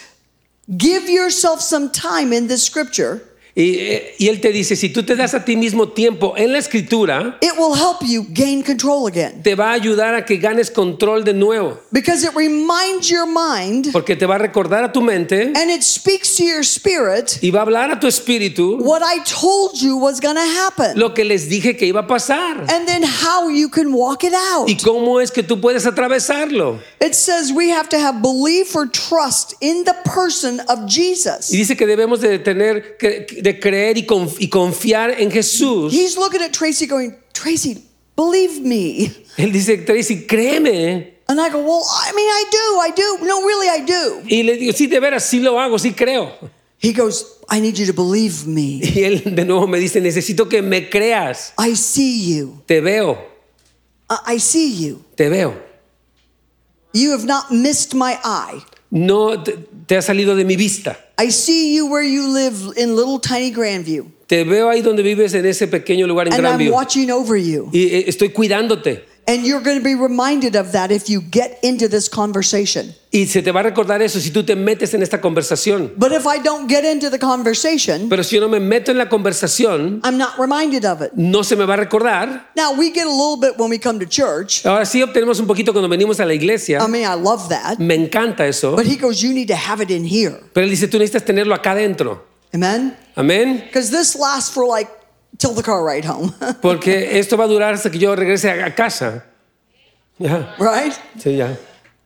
Speaker 3: give yourself some time in this scripture,
Speaker 2: Y, eh, y él te dice, si tú te das a ti mismo tiempo en la escritura,
Speaker 3: it will help you gain control again.
Speaker 2: te va a ayudar a que ganes control de nuevo,
Speaker 3: Because it reminds your mind
Speaker 2: porque te va a recordar a tu mente
Speaker 3: and it speaks to your spirit
Speaker 2: y va a hablar a tu espíritu
Speaker 3: what I told you was going to happen
Speaker 2: lo que les dije que iba a pasar
Speaker 3: and then how you can walk it out.
Speaker 2: y cómo es que tú puedes atravesarlo.
Speaker 3: It says we have to have belief or trust in the person of Jesus.
Speaker 2: Y dice que debemos de tener, que- de creer y, conf- y confiar en Jesús.
Speaker 3: He's looking at Tracy going, Tracy, believe me.
Speaker 2: Él dice, Tracy, créeme.
Speaker 3: And I go, well, I mean, I do, I do. No, really, I do.
Speaker 2: Y le digo, sí, de veras, sí lo hago, sí creo.
Speaker 3: He goes, I need you to believe me.
Speaker 2: Y él de nuevo me dice, necesito que me creas.
Speaker 3: I see you.
Speaker 2: Te veo,
Speaker 3: I I see you.
Speaker 2: te veo.
Speaker 3: You have not missed my eye.
Speaker 2: No te, te ha salido de mi vista.
Speaker 3: I see you where you live in little tiny Grandview.
Speaker 2: Te veo ahí donde vives en ese pequeño lugar en
Speaker 3: And I'm
Speaker 2: Grandview.
Speaker 3: watching over you.
Speaker 2: Y eh, estoy cuidándote.
Speaker 3: And you're going to be reminded of that if you get into this conversation.
Speaker 2: Y se te va a recordar eso si tú te metes en esta conversación.
Speaker 3: But if I don't get into the conversation,
Speaker 2: Pero si yo no me meto en la conversación,
Speaker 3: I'm not reminded of it.
Speaker 2: no se me va a recordar.
Speaker 3: Now, we get a little bit when we come to church.
Speaker 2: Ahora sí obtenemos un poquito cuando venimos a la iglesia.
Speaker 3: I mean, I love that.
Speaker 2: Me encanta eso.
Speaker 3: But he goes, You need to have it in here.
Speaker 2: Pero él dice, tú necesitas tenerlo acá adentro.
Speaker 3: Amen?
Speaker 2: Amén.
Speaker 3: Because this lasts for like till the car ride home,
Speaker 2: Porque esto va a durar hasta que yo regrese a a casa. Ya,
Speaker 3: right?
Speaker 2: sí, ya.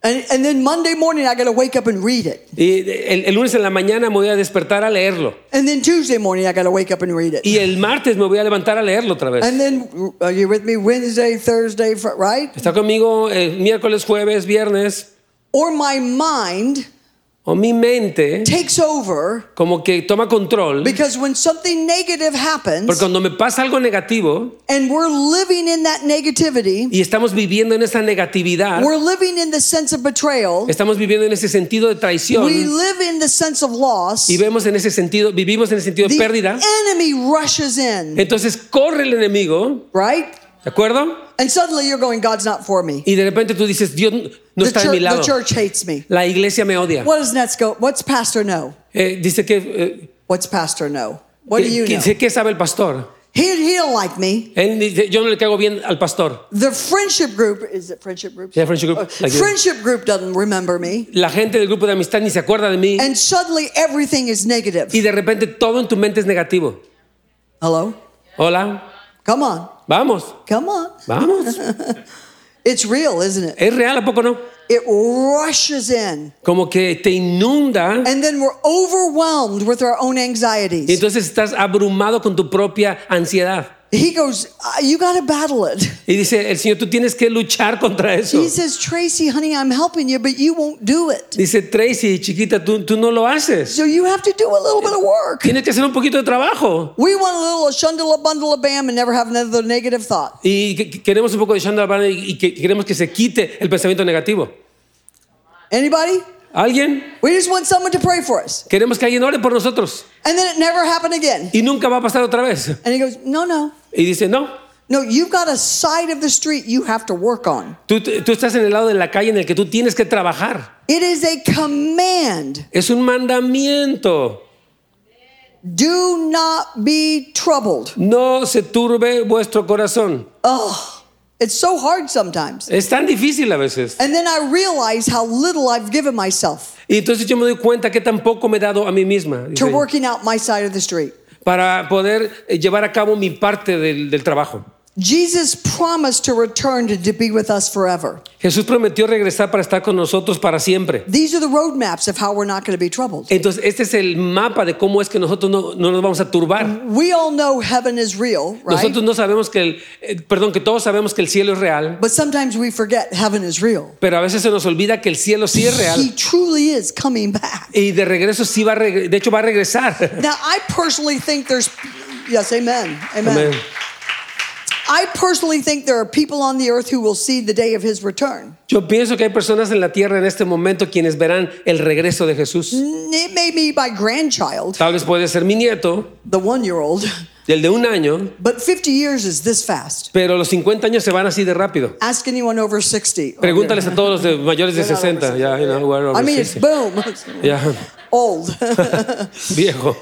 Speaker 3: And, and then Monday morning, I got to wake up and read it.
Speaker 2: Y el, el lunes en la mañana me voy a despertar a leerlo.
Speaker 3: And then Tuesday morning, I got to wake up and read it.
Speaker 2: Y el martes me voy a levantar a leerlo otra vez.
Speaker 3: And then, are you with me? Wednesday, Thursday, Fri- right?
Speaker 2: Está conmigo eh, miércoles, jueves, viernes.
Speaker 3: Or my mind
Speaker 2: O mi mente
Speaker 3: takes over
Speaker 2: como que toma control.
Speaker 3: because when something negative
Speaker 2: Porque
Speaker 3: happens
Speaker 2: cuando me pasa algo negativo
Speaker 3: and we're living in that negativity,
Speaker 2: y estamos viviendo en esa negatividad,
Speaker 3: we're living in the sense of betrayal,
Speaker 2: estamos viviendo en ese sentido de
Speaker 3: we
Speaker 2: traición
Speaker 3: live in the sense of loss,
Speaker 2: y vemos en ese sentido, vivimos en el sentido de pérdida,
Speaker 3: the enemy rushes in,
Speaker 2: entonces corre el enemigo,
Speaker 3: right?
Speaker 2: ¿de acuerdo?
Speaker 3: And suddenly you're going, God's not for me.
Speaker 2: Y de repente tú dices, Dios no
Speaker 3: the,
Speaker 2: está de
Speaker 3: church,
Speaker 2: mi
Speaker 3: the
Speaker 2: lado.
Speaker 3: church hates me.
Speaker 2: La iglesia me odia.
Speaker 3: What does next go? What's pastor know?
Speaker 2: Eh, dice que, eh,
Speaker 3: What's pastor know? What do
Speaker 2: que-
Speaker 3: you
Speaker 2: que-
Speaker 3: know?
Speaker 2: ¿qué sabe el pastor?
Speaker 3: He, he don't like me.
Speaker 2: Él dice, yo no le cago bien al pastor.
Speaker 3: The friendship group is it friendship group?
Speaker 2: Yeah, friendship group,
Speaker 3: Uh,
Speaker 2: like you.
Speaker 3: friendship group doesn't remember me,
Speaker 2: La gente del grupo de amistad ni se acuerda de mí.
Speaker 3: and suddenly everything is negative.
Speaker 2: Y de repente todo en tu mente es negativo.
Speaker 3: Hello,
Speaker 2: Hola,
Speaker 3: come on,
Speaker 2: vamos,
Speaker 3: come on.
Speaker 2: vamos.
Speaker 3: It's real, isn't it?
Speaker 2: Es real, ¿a poco no?
Speaker 3: It rushes in,
Speaker 2: Como que te inunda
Speaker 3: and then we're overwhelmed with our own
Speaker 2: y
Speaker 3: anxieties.
Speaker 2: entonces estás abrumado con tu propia ansiedad.
Speaker 3: He goes, "Uh, "You got to battle it."
Speaker 2: Y dice, el Señor, tú tienes que luchar contra eso.
Speaker 3: He says, "Tracy, honey, I'm helping you, but you won't do it.
Speaker 2: Dice, Tracy, chiquita, tú, tú no lo haces.
Speaker 3: So you have to do a little bit of work."
Speaker 2: Tienes que hacer un poquito de trabajo.
Speaker 3: We want a little shundle a bundle of bam and never have another negative thought.
Speaker 2: Y que- que queremos un poco de Chandra y y que queremos que se quite el pensamiento negativo.
Speaker 3: Anybody?
Speaker 2: ¿Alguien?
Speaker 3: We just want someone to pray for us.
Speaker 2: Queremos que alguien ore por nosotros.
Speaker 3: And then it never happened again.
Speaker 2: Y nunca va a pasar otra vez.
Speaker 3: And he goes, No, no.
Speaker 2: Y dice, no,
Speaker 3: No, you've got a side of the street you have to work on.
Speaker 2: tú, tú estás en el lado de la calle en el que tú tienes que trabajar.
Speaker 3: It is a command.
Speaker 2: Es un mandamiento.
Speaker 3: Do not be troubled.
Speaker 2: No se turbe vuestro corazón.
Speaker 3: Oh, it's so hard sometimes.
Speaker 2: Es tan difícil a veces.
Speaker 3: And then I realize how little I've given myself
Speaker 2: Y entonces yo me doy cuenta que tampoco me he dado a mí misma dice,
Speaker 3: to working out my side of the street.
Speaker 2: para poder eh, llevar a cabo mi parte del, del trabajo.
Speaker 3: Jesus promised to return to, to be with us forever.
Speaker 2: Jesús prometió regresar para estar con nosotros para siempre.
Speaker 3: These are the roadmaps of how we're not going to be troubled.
Speaker 2: Entonces, este es el mapa de cómo es que nosotros no, no nos vamos a turbar.
Speaker 3: We all know heaven is real, right?
Speaker 2: Nosotros no sabemos que el, eh, perdón, que todos sabemos que el cielo es real,
Speaker 3: But sometimes we forget heaven is real.
Speaker 2: pero a veces se nos olvida que el cielo sí es
Speaker 3: He
Speaker 2: real
Speaker 3: truly is coming back.
Speaker 2: y de regreso sí va, a reg- de hecho va a regresar.
Speaker 3: Now, I personally think there's, yes, amen, amen.
Speaker 2: Amén.
Speaker 3: I personally think there are people on the earth who will see the day of his return.
Speaker 2: Yo pienso que hay personas en la tierra en este momento quienes verán el regreso de Jesús.
Speaker 3: It may be my grandchild,
Speaker 2: Tal vez puede ser mi nieto,
Speaker 3: the one year old,
Speaker 2: el de un año,
Speaker 3: but 50 years is this fast.
Speaker 2: pero los 50 años se van así de rápido.
Speaker 3: Ask anyone over 60.
Speaker 2: Pregúntales a todos los de mayores de
Speaker 3: They're not over
Speaker 2: 60. Ya, you know, we're
Speaker 3: I
Speaker 2: over
Speaker 3: mean, it's
Speaker 2: 60.
Speaker 3: boom,
Speaker 2: Ya,
Speaker 3: old.
Speaker 2: viejo.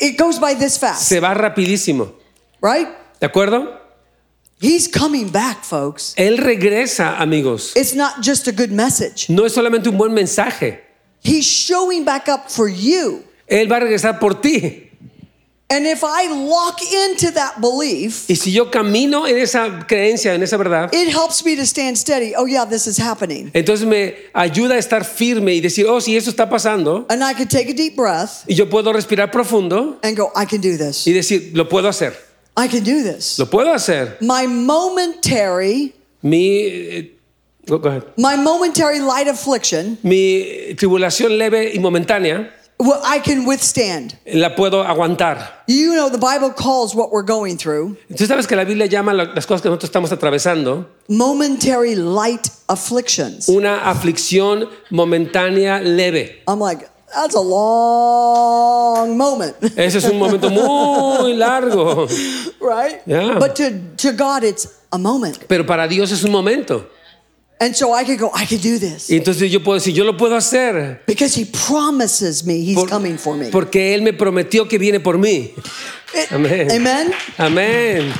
Speaker 3: it goes by this fast,
Speaker 2: Se va rapidísimo.
Speaker 3: right?
Speaker 2: ¿De acuerdo?
Speaker 3: He's coming back, folks.
Speaker 2: Él regresa, amigos.
Speaker 3: It's not just a good message,
Speaker 2: No es solamente un buen mensaje.
Speaker 3: he's showing back up for you.
Speaker 2: Él va a regresar por ti.
Speaker 3: And if I lock into that belief,
Speaker 2: Y si yo camino en esa creencia, en esa verdad,
Speaker 3: it helps me to stand steady. Oh, yeah, this is happening.
Speaker 2: entonces me ayuda a estar firme y decir, oh, si eso está pasando,
Speaker 3: And I can take a deep breath
Speaker 2: y yo puedo respirar profundo
Speaker 3: and go, I can do this.
Speaker 2: y decir, lo puedo hacer,
Speaker 3: I can do this.
Speaker 2: lo puedo hacer.
Speaker 3: My momentary,
Speaker 2: Mi, eh, go- go ahead.
Speaker 3: my momentary light affliction,
Speaker 2: Mi tribulación leve y momentánea
Speaker 3: well, I can withstand.
Speaker 2: la puedo aguantar.
Speaker 3: You know, the Bible calls what we're going through
Speaker 2: Tú sabes que la Biblia llama la- las cosas que nosotros estamos atravesando
Speaker 3: momentary light afflictions.
Speaker 2: una aflicción momentánea leve.
Speaker 3: I'm like, that's a long moment,
Speaker 2: Ese es un momento muy largo,
Speaker 3: right?
Speaker 2: Yeah.
Speaker 3: But to, to God, it's a moment.
Speaker 2: pero para Dios es un momento.
Speaker 3: And so I could go, I could do this.
Speaker 2: Y entonces yo puedo decir, yo lo puedo hacer.
Speaker 3: Because he promises me he's
Speaker 2: por-
Speaker 3: coming for me.
Speaker 2: Porque Él me prometió que viene por mí.
Speaker 3: It-
Speaker 2: Amén.
Speaker 3: Amen.
Speaker 2: Amén.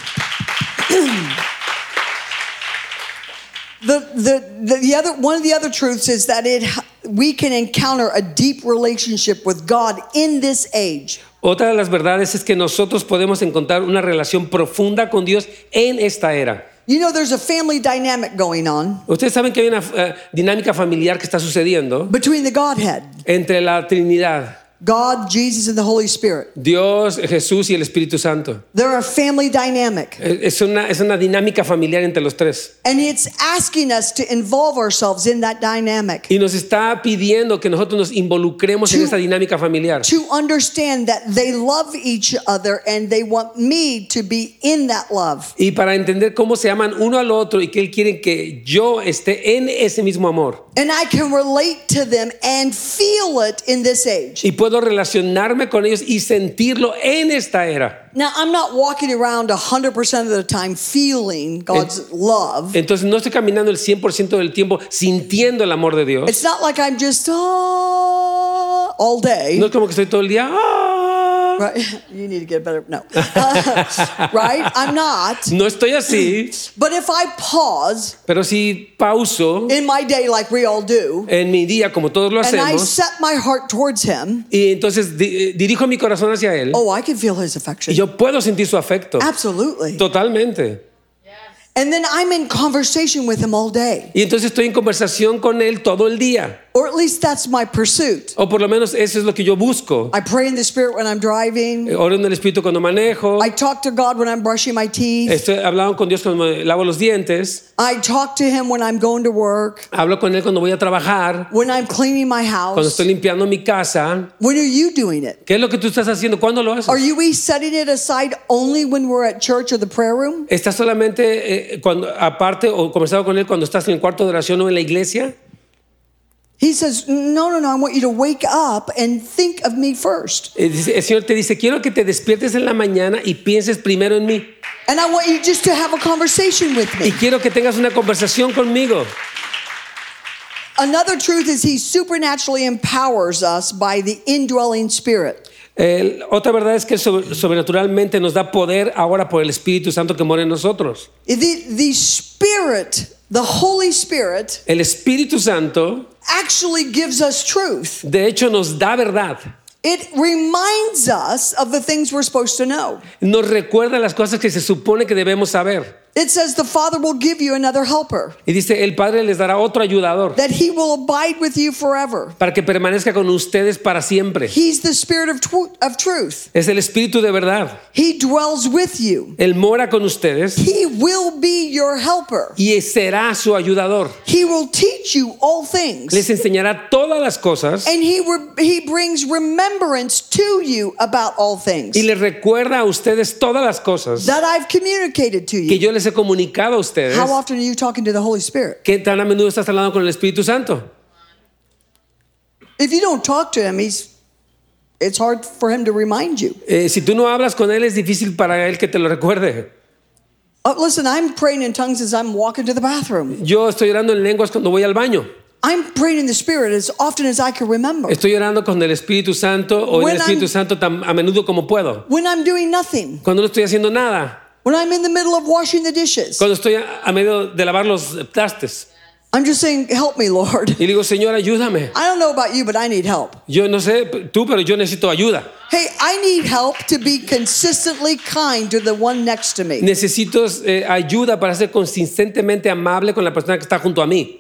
Speaker 3: The, the, the, the other, one of the other truths is that it, we can encounter a deep relationship with God in this age.
Speaker 2: Otra de las verdades es que nosotros podemos encontrar una relación profunda con Dios en esta era.
Speaker 3: You know, there's a family dynamic going on
Speaker 2: Ustedes saben que hay una eh, dinámica familiar que está sucediendo
Speaker 3: between the Godhead,
Speaker 2: entre la Trinidad,
Speaker 3: God, Jesus, and the Holy Spirit.
Speaker 2: Dios, Jesús y el Espíritu Santo.
Speaker 3: They're a family dynamic.
Speaker 2: Eh, Es una, es una dinámica familiar entre los tres.
Speaker 3: And it's asking us to involve ourselves in that dynamic,
Speaker 2: Y nos está pidiendo que nosotros nos involucremos en
Speaker 3: Two-
Speaker 2: esta dinámica familiar.
Speaker 3: to understand that they love each other and they want me to be in that love.
Speaker 2: Y para entender cómo se aman uno al otro y que Él quiere que yo esté en ese mismo amor.
Speaker 3: And I can relate to them and feel it in this age.
Speaker 2: Y puedo relacionarme con ellos y sentirlo en esta era.
Speaker 3: Now, I'm not walking around 100% of the time feeling God's love.
Speaker 2: Entonces no estoy caminando el 100% del tiempo sintiendo el amor de Dios.
Speaker 3: It's not like I'm just ah, all day.
Speaker 2: No es como que estoy todo el día. "Ah".
Speaker 3: Right? You need to get better. No. Uh, right? I'm not.
Speaker 2: No estoy así,
Speaker 3: But if I pause
Speaker 2: pero si pauso
Speaker 3: in my day like we all do,
Speaker 2: en mi día como todos lo
Speaker 3: and I
Speaker 2: hacemos
Speaker 3: set my heart towards him,
Speaker 2: y entonces di- eh, dirijo mi corazón hacia Él
Speaker 3: oh, I can feel his
Speaker 2: y
Speaker 3: affection.
Speaker 2: yo puedo sentir su afecto.
Speaker 3: Ah, pues Absolutely.
Speaker 2: Totalmente.
Speaker 3: And then I'm in conversation with him all day.
Speaker 2: Y entonces estoy en conversación con Él todo el día.
Speaker 3: Or at least that's my pursuit.
Speaker 2: O por lo menos eso es lo que yo busco.
Speaker 3: I pray in the spirit when I'm driving.
Speaker 2: Oro en el Espíritu cuando manejo.
Speaker 3: I talk to God when I'm brushing my teeth.
Speaker 2: Estoy hablando con Dios cuando me lavo los dientes.
Speaker 3: I talk to him when I'm going to work,
Speaker 2: Hablo con Él cuando voy a trabajar.
Speaker 3: when I'm cleaning my
Speaker 2: Cuando
Speaker 3: house.
Speaker 2: estoy limpiando mi casa.
Speaker 3: When are you doing it?
Speaker 2: ¿Qué es lo que tú estás haciendo? ¿Cuándo lo
Speaker 3: Are
Speaker 2: haces?
Speaker 3: you we setting it aside only when we're at church or the prayer room?
Speaker 2: ¿Estás solamente eh, cuando, aparte o conversado con Él cuando estás en el cuarto de oración o en la iglesia?
Speaker 3: He says, No, no, no, I want you to wake up and think of me first.
Speaker 2: Eh, dice- El Señor te dice, quiero que te despiertes en la mañana y pienses primero en mí.
Speaker 3: And I want you just to have a conversation with
Speaker 2: Y
Speaker 3: me.
Speaker 2: quiero que tengas una conversación conmigo.
Speaker 3: Another truth is, He supernaturally empowers us by the indwelling spirit.
Speaker 2: Eh, otra verdad es que sobre- sobrenaturalmente nos da poder ahora por el Espíritu Santo que mora en nosotros.
Speaker 3: The, the Spirit, the Holy Spirit,
Speaker 2: El Espíritu Santo,
Speaker 3: actually gives us truth.
Speaker 2: de hecho, nos da verdad.
Speaker 3: It reminds us of the things we're supposed to know.
Speaker 2: Nos recuerda las cosas que se supone que debemos saber.
Speaker 3: It says, The Father will give you another helper,
Speaker 2: Y dice, el Padre les dará otro ayudador
Speaker 3: that He will abide with you forever.
Speaker 2: para que permanezca con ustedes para siempre.
Speaker 3: He's the Spirit of, tw- of truth,
Speaker 2: Es el Espíritu de verdad.
Speaker 3: He dwells with you.
Speaker 2: Él mora con ustedes
Speaker 3: He will be your helper.
Speaker 2: y será su ayudador.
Speaker 3: He will teach you all things.
Speaker 2: Les enseñará todas las cosas
Speaker 3: And he, re- he brings remembrance to you about all things
Speaker 2: y les recuerda a ustedes todas las cosas
Speaker 3: that I've communicated to
Speaker 2: que
Speaker 3: you.
Speaker 2: yo les he comunicado a ustedes.
Speaker 3: How often are you talking to the Holy Spirit?
Speaker 2: ¿Qué tan a menudo estás hablando con el Espíritu Santo?
Speaker 3: If you don't talk to him, he's, it's hard for him to remind you.
Speaker 2: Eh, si tú no hablas con Él, es difícil para Él que te lo recuerde.
Speaker 3: Oh, listen, I'm praying in tongues as I'm walking to the bathroom.
Speaker 2: Yo estoy orando en lenguas cuando voy al baño.
Speaker 3: I'm praying in the Spirit as often as I can remember.
Speaker 2: Estoy orando con el Espíritu Santo o en
Speaker 3: When
Speaker 2: el Espíritu
Speaker 3: I'm-
Speaker 2: Santo tan a menudo como puedo.
Speaker 3: When I'm doing nothing,
Speaker 2: Cuando no estoy haciendo nada.
Speaker 3: when I'm in the middle of washing the dishes,
Speaker 2: Cuando estoy a, a medio de lavar los trastes.
Speaker 3: I'm just saying, Help me, Lord.
Speaker 2: Y le digo, Señor, ayúdame.
Speaker 3: I don't know about you, but I need help.
Speaker 2: Yo no sé p- tú, pero yo necesito ayuda.
Speaker 3: Hey, I need help to be consistently kind to the one next to me.
Speaker 2: Necesito eh, ayuda para ser consistentemente amable con la persona que está junto a mí.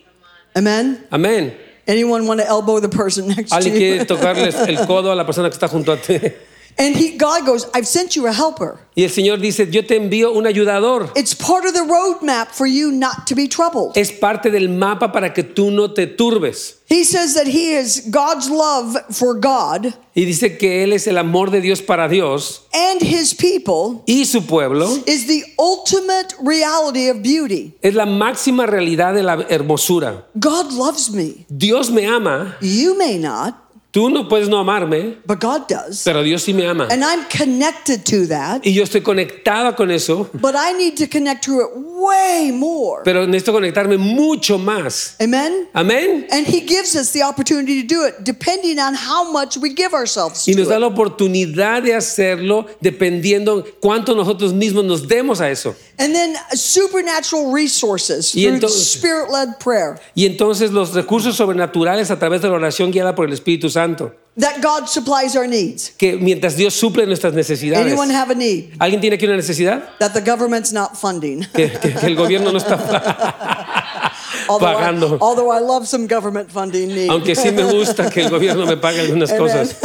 Speaker 3: Amen.
Speaker 2: Amén.
Speaker 3: Anyone want to elbow the person next to
Speaker 2: Alguien quiere
Speaker 3: you?
Speaker 2: tocarles el codo a la persona que está junto a ti.
Speaker 3: and he, God goes, I've sent you a helper.
Speaker 2: Y el Señor dice, yo te envío un ayudador.
Speaker 3: It's part of the roadmap for you not to be troubled.
Speaker 2: Es parte del mapa para que tú no te turbes.
Speaker 3: He says that he is God's love for God
Speaker 2: Y dice que Él es el amor de Dios para Dios
Speaker 3: and his people
Speaker 2: y su pueblo.
Speaker 3: is the ultimate reality of beauty.
Speaker 2: Es la máxima realidad de la hermosura.
Speaker 3: God loves me.
Speaker 2: Dios me ama.
Speaker 3: You may not,
Speaker 2: Tú no puedes no amarme,
Speaker 3: but God does.
Speaker 2: pero Dios sí me ama.
Speaker 3: And I'm connected to that,
Speaker 2: Y yo estoy conectada con eso,
Speaker 3: but I need to connect to it way more.
Speaker 2: pero necesito conectarme mucho más.
Speaker 3: Amen?
Speaker 2: Amén.
Speaker 3: And he gives us the opportunity to do it depending on how much we give ourselves to
Speaker 2: Y nos da
Speaker 3: it.
Speaker 2: la oportunidad de hacerlo dependiendo cuánto nosotros mismos nos demos a eso.
Speaker 3: And then supernatural resources
Speaker 2: Y
Speaker 3: through
Speaker 2: entonces-
Speaker 3: spirit-led prayer
Speaker 2: Y entonces los recursos sobrenaturales a través de la oración guiada por el Espíritu Santo,
Speaker 3: that God supplies our needs.
Speaker 2: que mientras Dios suple nuestras necesidades.
Speaker 3: Anyone have a need
Speaker 2: ¿Alguien tiene aquí una necesidad?
Speaker 3: that the government's not funding?
Speaker 2: Que, que- que el gobierno no está
Speaker 3: although, I,
Speaker 2: pagando.
Speaker 3: although I love some government funding needs.
Speaker 2: Aunque sí me gusta que el gobierno me pague algunas cosas.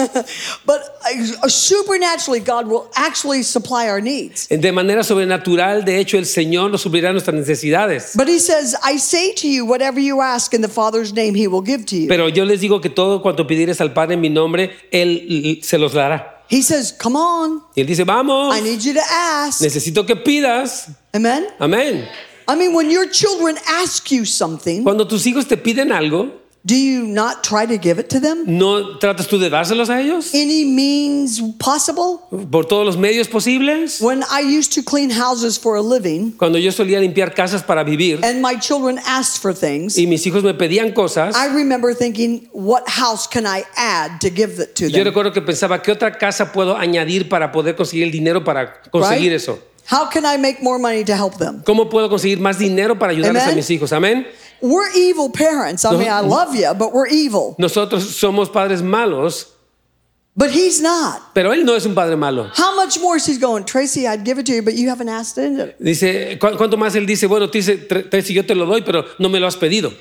Speaker 3: but uh, supernaturally, God will actually supply our needs.
Speaker 2: De manera sobrenatural, de hecho, el Señor nos suplirá nuestras necesidades.
Speaker 3: But he says, I say to you, whatever you ask in the Father's name, he will give to you.
Speaker 2: Pero yo les digo que todo cuanto pidieres al Padre en mi nombre, Él se los dará.
Speaker 3: he says, Come on,
Speaker 2: Y Él dice, vamos,
Speaker 3: I need you to ask.
Speaker 2: necesito que pidas.
Speaker 3: Amen?
Speaker 2: Amén.
Speaker 3: I mean, when your children ask you something,
Speaker 2: Cuando tus hijos te piden algo,
Speaker 3: do you not try to give it to them?
Speaker 2: ¿No tratas tú de dárselos a ellos?
Speaker 3: Any means possible?
Speaker 2: ¿Por todos los medios posibles?
Speaker 3: When I used to clean houses for a living
Speaker 2: Cuando yo solía limpiar casas para vivir
Speaker 3: and my children asked for things,
Speaker 2: y mis hijos me pedían cosas,
Speaker 3: I remember thinking, what house can I add to give it to
Speaker 2: yo
Speaker 3: them?
Speaker 2: recuerdo que pensaba, ¿qué otra casa puedo añadir para poder conseguir el dinero para conseguir
Speaker 3: Right?
Speaker 2: eso?
Speaker 3: How can I make more money to help them?
Speaker 2: ¿Cómo puedo conseguir más dinero para ayudarles a
Speaker 3: Amen.
Speaker 2: mis hijos? Amén.
Speaker 3: We're evil parents. I mean, I love you, but we're evil.
Speaker 2: Nosotros somos padres malos,
Speaker 3: But he's not.
Speaker 2: pero él no es un padre malo.
Speaker 3: How much more is he going? Tracy, I'd give it to you, but you haven't asked it.
Speaker 2: Dice, ¿cu- ¿cuánto más él dice? Bueno, te dice, "Tre- Tracy, yo te lo doy, pero no me lo has pedido.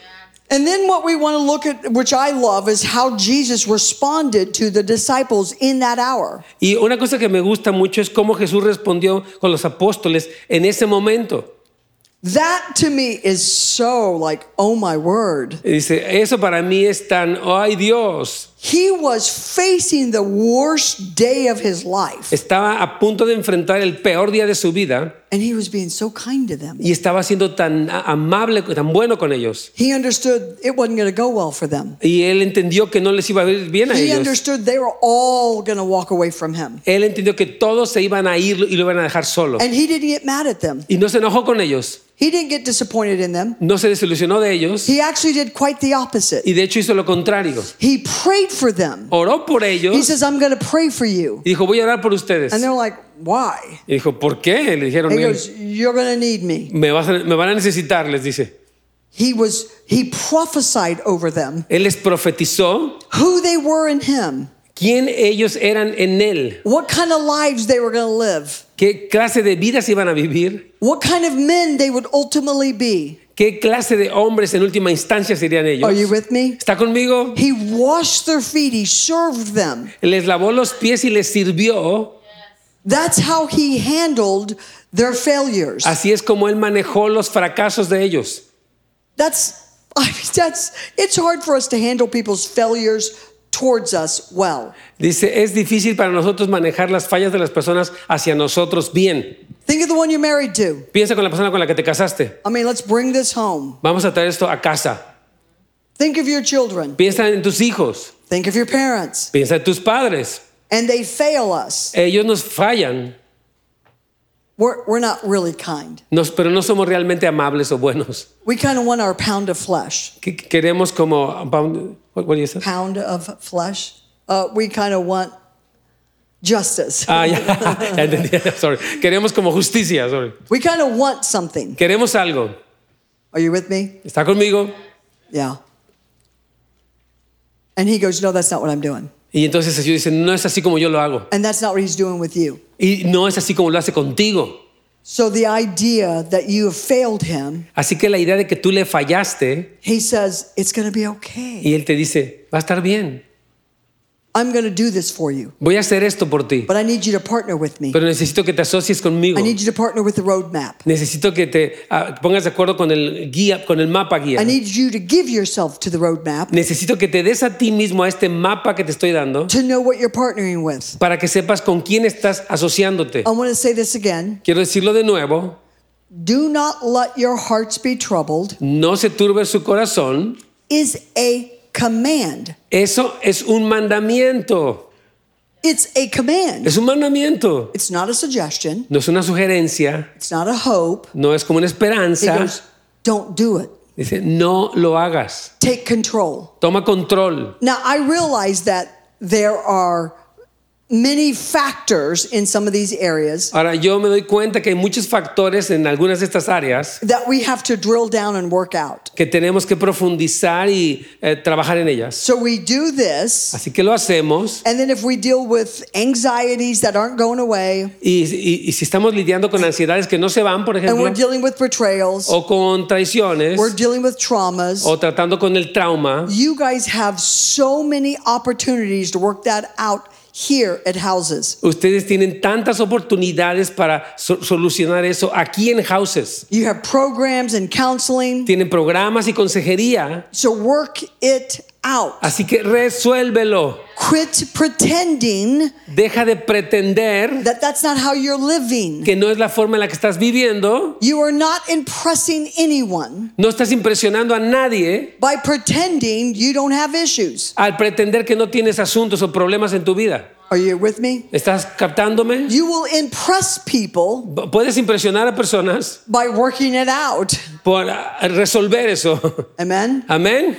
Speaker 3: And then what we want to look at, which I love, is how Jesus responded to the disciples in that hour.
Speaker 2: Y una cosa que me gusta mucho es cómo Jesús respondió con los apóstoles en ese momento.
Speaker 3: That to me is so like, oh my word.
Speaker 2: Y dice, eso para mí es tan, ay Dios,
Speaker 3: He was facing the worst day of his life,
Speaker 2: estaba a punto de enfrentar el peor día de su vida
Speaker 3: and he was being so kind to them.
Speaker 2: y estaba siendo tan a- amable, tan bueno con ellos.
Speaker 3: He understood it wasn't going to go well for them.
Speaker 2: Y él entendió que no les iba a ir bien a
Speaker 3: He
Speaker 2: ellos.
Speaker 3: understood they were all going to walk away from him.
Speaker 2: Él entendió que todos se iban a ir y lo iban a dejar solo.
Speaker 3: And he didn't get mad at them.
Speaker 2: Y no se enojó con ellos,
Speaker 3: He didn't get disappointed in them.
Speaker 2: no se desilusionó de ellos
Speaker 3: He actually did quite the opposite.
Speaker 2: y de hecho hizo lo contrario.
Speaker 3: He prayed for them.
Speaker 2: Oró por
Speaker 3: He
Speaker 2: ellos
Speaker 3: says, I'm going to pray for you.
Speaker 2: y dijo, voy a orar por ustedes.
Speaker 3: And they're like, why?
Speaker 2: Y dijo, ¿por qué? Le dijeron,
Speaker 3: He goes, you're going to need me.
Speaker 2: me, vas a- me van a necesitar, les dice.
Speaker 3: He was, he prophesied over them
Speaker 2: Él les profetizó
Speaker 3: who they were in him,
Speaker 2: quién ellos eran en él,
Speaker 3: what kind of lives they were going to live,
Speaker 2: qué clase de vidas iban a vivir,
Speaker 3: what kind of men they would ultimately be.
Speaker 2: qué clase de hombres en última instancia serían ellos.
Speaker 3: Are you with me?
Speaker 2: ¿Está conmigo?
Speaker 3: He washed their feet. He served them.
Speaker 2: Les lavó los pies y les sirvió.
Speaker 3: That's how he handled their failures.
Speaker 2: Así es como él manejó los fracasos de ellos.
Speaker 3: That's I mean, that's it's hard for us to handle people's failures towards us well.
Speaker 2: Dice, es difícil para nosotros manejar las fallas de las personas hacia nosotros bien.
Speaker 3: Think of the one you're married to.
Speaker 2: Piensa con la persona con la que te casaste.
Speaker 3: I mean, let's bring this home.
Speaker 2: Vamos a traer esto a casa.
Speaker 3: Think of your children.
Speaker 2: Piensa en tus hijos,
Speaker 3: Think of your parents.
Speaker 2: piensa en tus padres.
Speaker 3: And they fail us.
Speaker 2: Ellos nos fallan,
Speaker 3: We're, we're not really kind.
Speaker 2: nos- pero no somos realmente amables o buenos.
Speaker 3: We kind of want our pound of flesh.
Speaker 2: Que- que Queremos como... what- what do you say?
Speaker 3: Pound of flesh. Uh, we kind of want justice.
Speaker 2: Ah, ya, ya entendí. Sorry. Queremos como justicia. sorry.
Speaker 3: We kind of want something.
Speaker 2: Queremos algo.
Speaker 3: Are you with me?
Speaker 2: ¿Está conmigo?
Speaker 3: Yeah. And he goes, No, that's not what I'm doing.
Speaker 2: Y entonces ellos dicen, no es así como yo lo hago.
Speaker 3: And that's not what he's doing with you.
Speaker 2: Y no es así como lo hace contigo.
Speaker 3: So the idea that you have failed him,
Speaker 2: Así que la idea de que tú le fallaste
Speaker 3: he says, it's going to be okay.
Speaker 2: y él te dice, va a estar bien.
Speaker 3: I'm going to do this for you,
Speaker 2: Voy a hacer esto por ti,
Speaker 3: but I need you to partner with me.
Speaker 2: pero necesito que te asocies conmigo.
Speaker 3: I need you to partner with the roadmap.
Speaker 2: Necesito que te ah, pongas de acuerdo con el guía, con el mapa guía.
Speaker 3: I need you to give yourself to the roadmap
Speaker 2: Necesito que te des a ti mismo a este mapa que te estoy dando
Speaker 3: to know what you're partnering with.
Speaker 2: para que sepas con quién estás asociándote.
Speaker 3: I want to say this again.
Speaker 2: Quiero decirlo de nuevo,
Speaker 3: Do not let your hearts be troubled
Speaker 2: no se turbe su corazón.
Speaker 3: is a command.
Speaker 2: Eso es un mandamiento.
Speaker 3: It's a command.
Speaker 2: Es un mandamiento.
Speaker 3: It's not a suggestion.
Speaker 2: No es una sugerencia,
Speaker 3: It's not a hope.
Speaker 2: no es como una
Speaker 3: He
Speaker 2: esperanza.
Speaker 3: goes, don't do it.
Speaker 2: Dice, no lo hagas.
Speaker 3: Take control.
Speaker 2: Toma control.
Speaker 3: Now, I realize that there are many factors in some of these areas
Speaker 2: Ahora yo me doy cuenta que hay muchos factores en algunas de estas áreas
Speaker 3: that we have to drill down and work out.
Speaker 2: que tenemos que profundizar y eh, trabajar en ellas.
Speaker 3: So we do this,
Speaker 2: Así que lo hacemos
Speaker 3: and then if we deal with anxieties that aren't going away,
Speaker 2: y, y- y si estamos lidiando con ansiedades que no se van, por
Speaker 3: and
Speaker 2: ejemplo,
Speaker 3: we're dealing with betrayals,
Speaker 2: o con traiciones,
Speaker 3: we're dealing with traumas,
Speaker 2: o tratando con el trauma,
Speaker 3: you guys have so many opportunities to work that out here at houses.
Speaker 2: ustedes tienen tantas oportunidades para so- solucionar eso aquí en Houses.
Speaker 3: You have programs and counseling,
Speaker 2: Tienen programas y consejería
Speaker 3: so work it out.
Speaker 2: Así que resuélvelo.
Speaker 3: Quit pretending
Speaker 2: Deja de pretender
Speaker 3: that that's not how you're living.
Speaker 2: que no es la forma en la que estás viviendo.
Speaker 3: You are not impressing anyone
Speaker 2: No estás impresionando a nadie
Speaker 3: by pretending you don't have issues.
Speaker 2: al pretender que no tienes asuntos o problemas en tu vida.
Speaker 3: Are you with me?
Speaker 2: ¿Estás captándome?
Speaker 3: You will impress people
Speaker 2: P- Puedes impresionar a personas
Speaker 3: by working it out.
Speaker 2: por ah, resolver eso.
Speaker 3: Amen.
Speaker 2: Amén.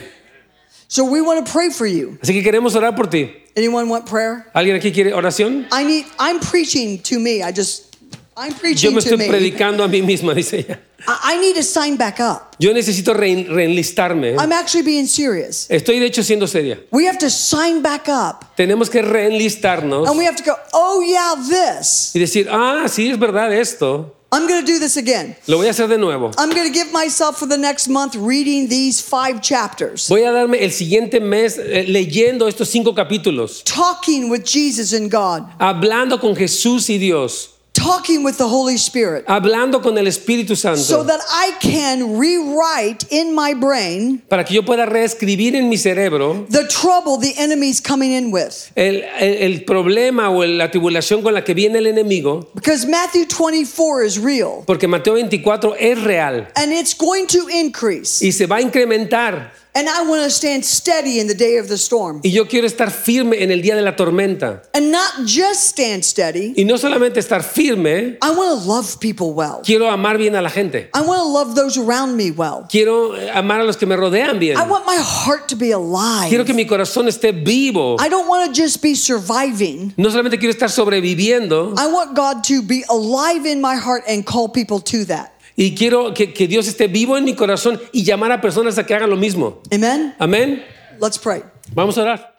Speaker 3: So we want to pray for you.
Speaker 2: Así que queremos orar por ti.
Speaker 3: Anyone want prayer?
Speaker 2: ¿Alguien aquí quiere oración?
Speaker 3: I need I'm preaching to me. I just I'm
Speaker 2: Yo
Speaker 3: preaching
Speaker 2: me
Speaker 3: to
Speaker 2: estoy
Speaker 3: me.
Speaker 2: predicando a mí misma, dice ella.
Speaker 3: I, I need to sign back up.
Speaker 2: Yo necesito reen- reenlistarme.
Speaker 3: I'm actually being serious.
Speaker 2: Estoy de hecho siendo seria.
Speaker 3: We have to sign back up.
Speaker 2: Tenemos que reenlistarnos
Speaker 3: And we have to go, oh yeah, this.
Speaker 2: y decir, ah, sí, es verdad esto.
Speaker 3: I'm gonna do this again.
Speaker 2: Lo voy a hacer de nuevo.
Speaker 3: I'm gonna give myself for the next month reading these five chapters.
Speaker 2: Voy a darme el siguiente mes eh, leyendo estos cinco capítulos,
Speaker 3: Talking with Jesus and God,
Speaker 2: hablando con Jesús y Dios,
Speaker 3: talking with the Holy Spirit,
Speaker 2: hablando con el Espíritu Santo,
Speaker 3: so that I can rewrite in my brain
Speaker 2: para que yo pueda reescribir en mi cerebro
Speaker 3: the trouble the enemy's coming in with.
Speaker 2: el, el- el problema o el- la tribulación con la que viene el enemigo,
Speaker 3: Because Matthew 24 is real
Speaker 2: porque Mateo 24 es real
Speaker 3: and it's going to increase.
Speaker 2: y se va a incrementar.
Speaker 3: And I want to stand steady in the day of the storm.
Speaker 2: Y yo quiero estar firme en el día de la tormenta.
Speaker 3: And not just stand steady,
Speaker 2: Y no solamente estar firme,
Speaker 3: I want to love people well.
Speaker 2: quiero amar bien a la gente.
Speaker 3: I want to love those around me well.
Speaker 2: Quiero eh, amar a los que me rodean bien.
Speaker 3: I want my heart to be
Speaker 2: Quiero
Speaker 3: alive.
Speaker 2: que mi corazón esté vivo.
Speaker 3: I don't want to just be surviving.
Speaker 2: No solamente quiero estar sobreviviendo
Speaker 3: I want God to be alive in my heart and call people to that.
Speaker 2: y quiero que, que Dios esté vivo en mi corazón y llamar a personas a que hagan lo mismo.
Speaker 3: Amen?
Speaker 2: Amén.
Speaker 3: Let's pray.
Speaker 2: Vamos a orar.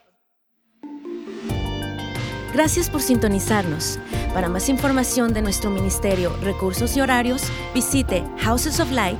Speaker 1: Gracias por sintonizarnos. Para más información de nuestro ministerio, recursos y horarios, visite housesoflight.org.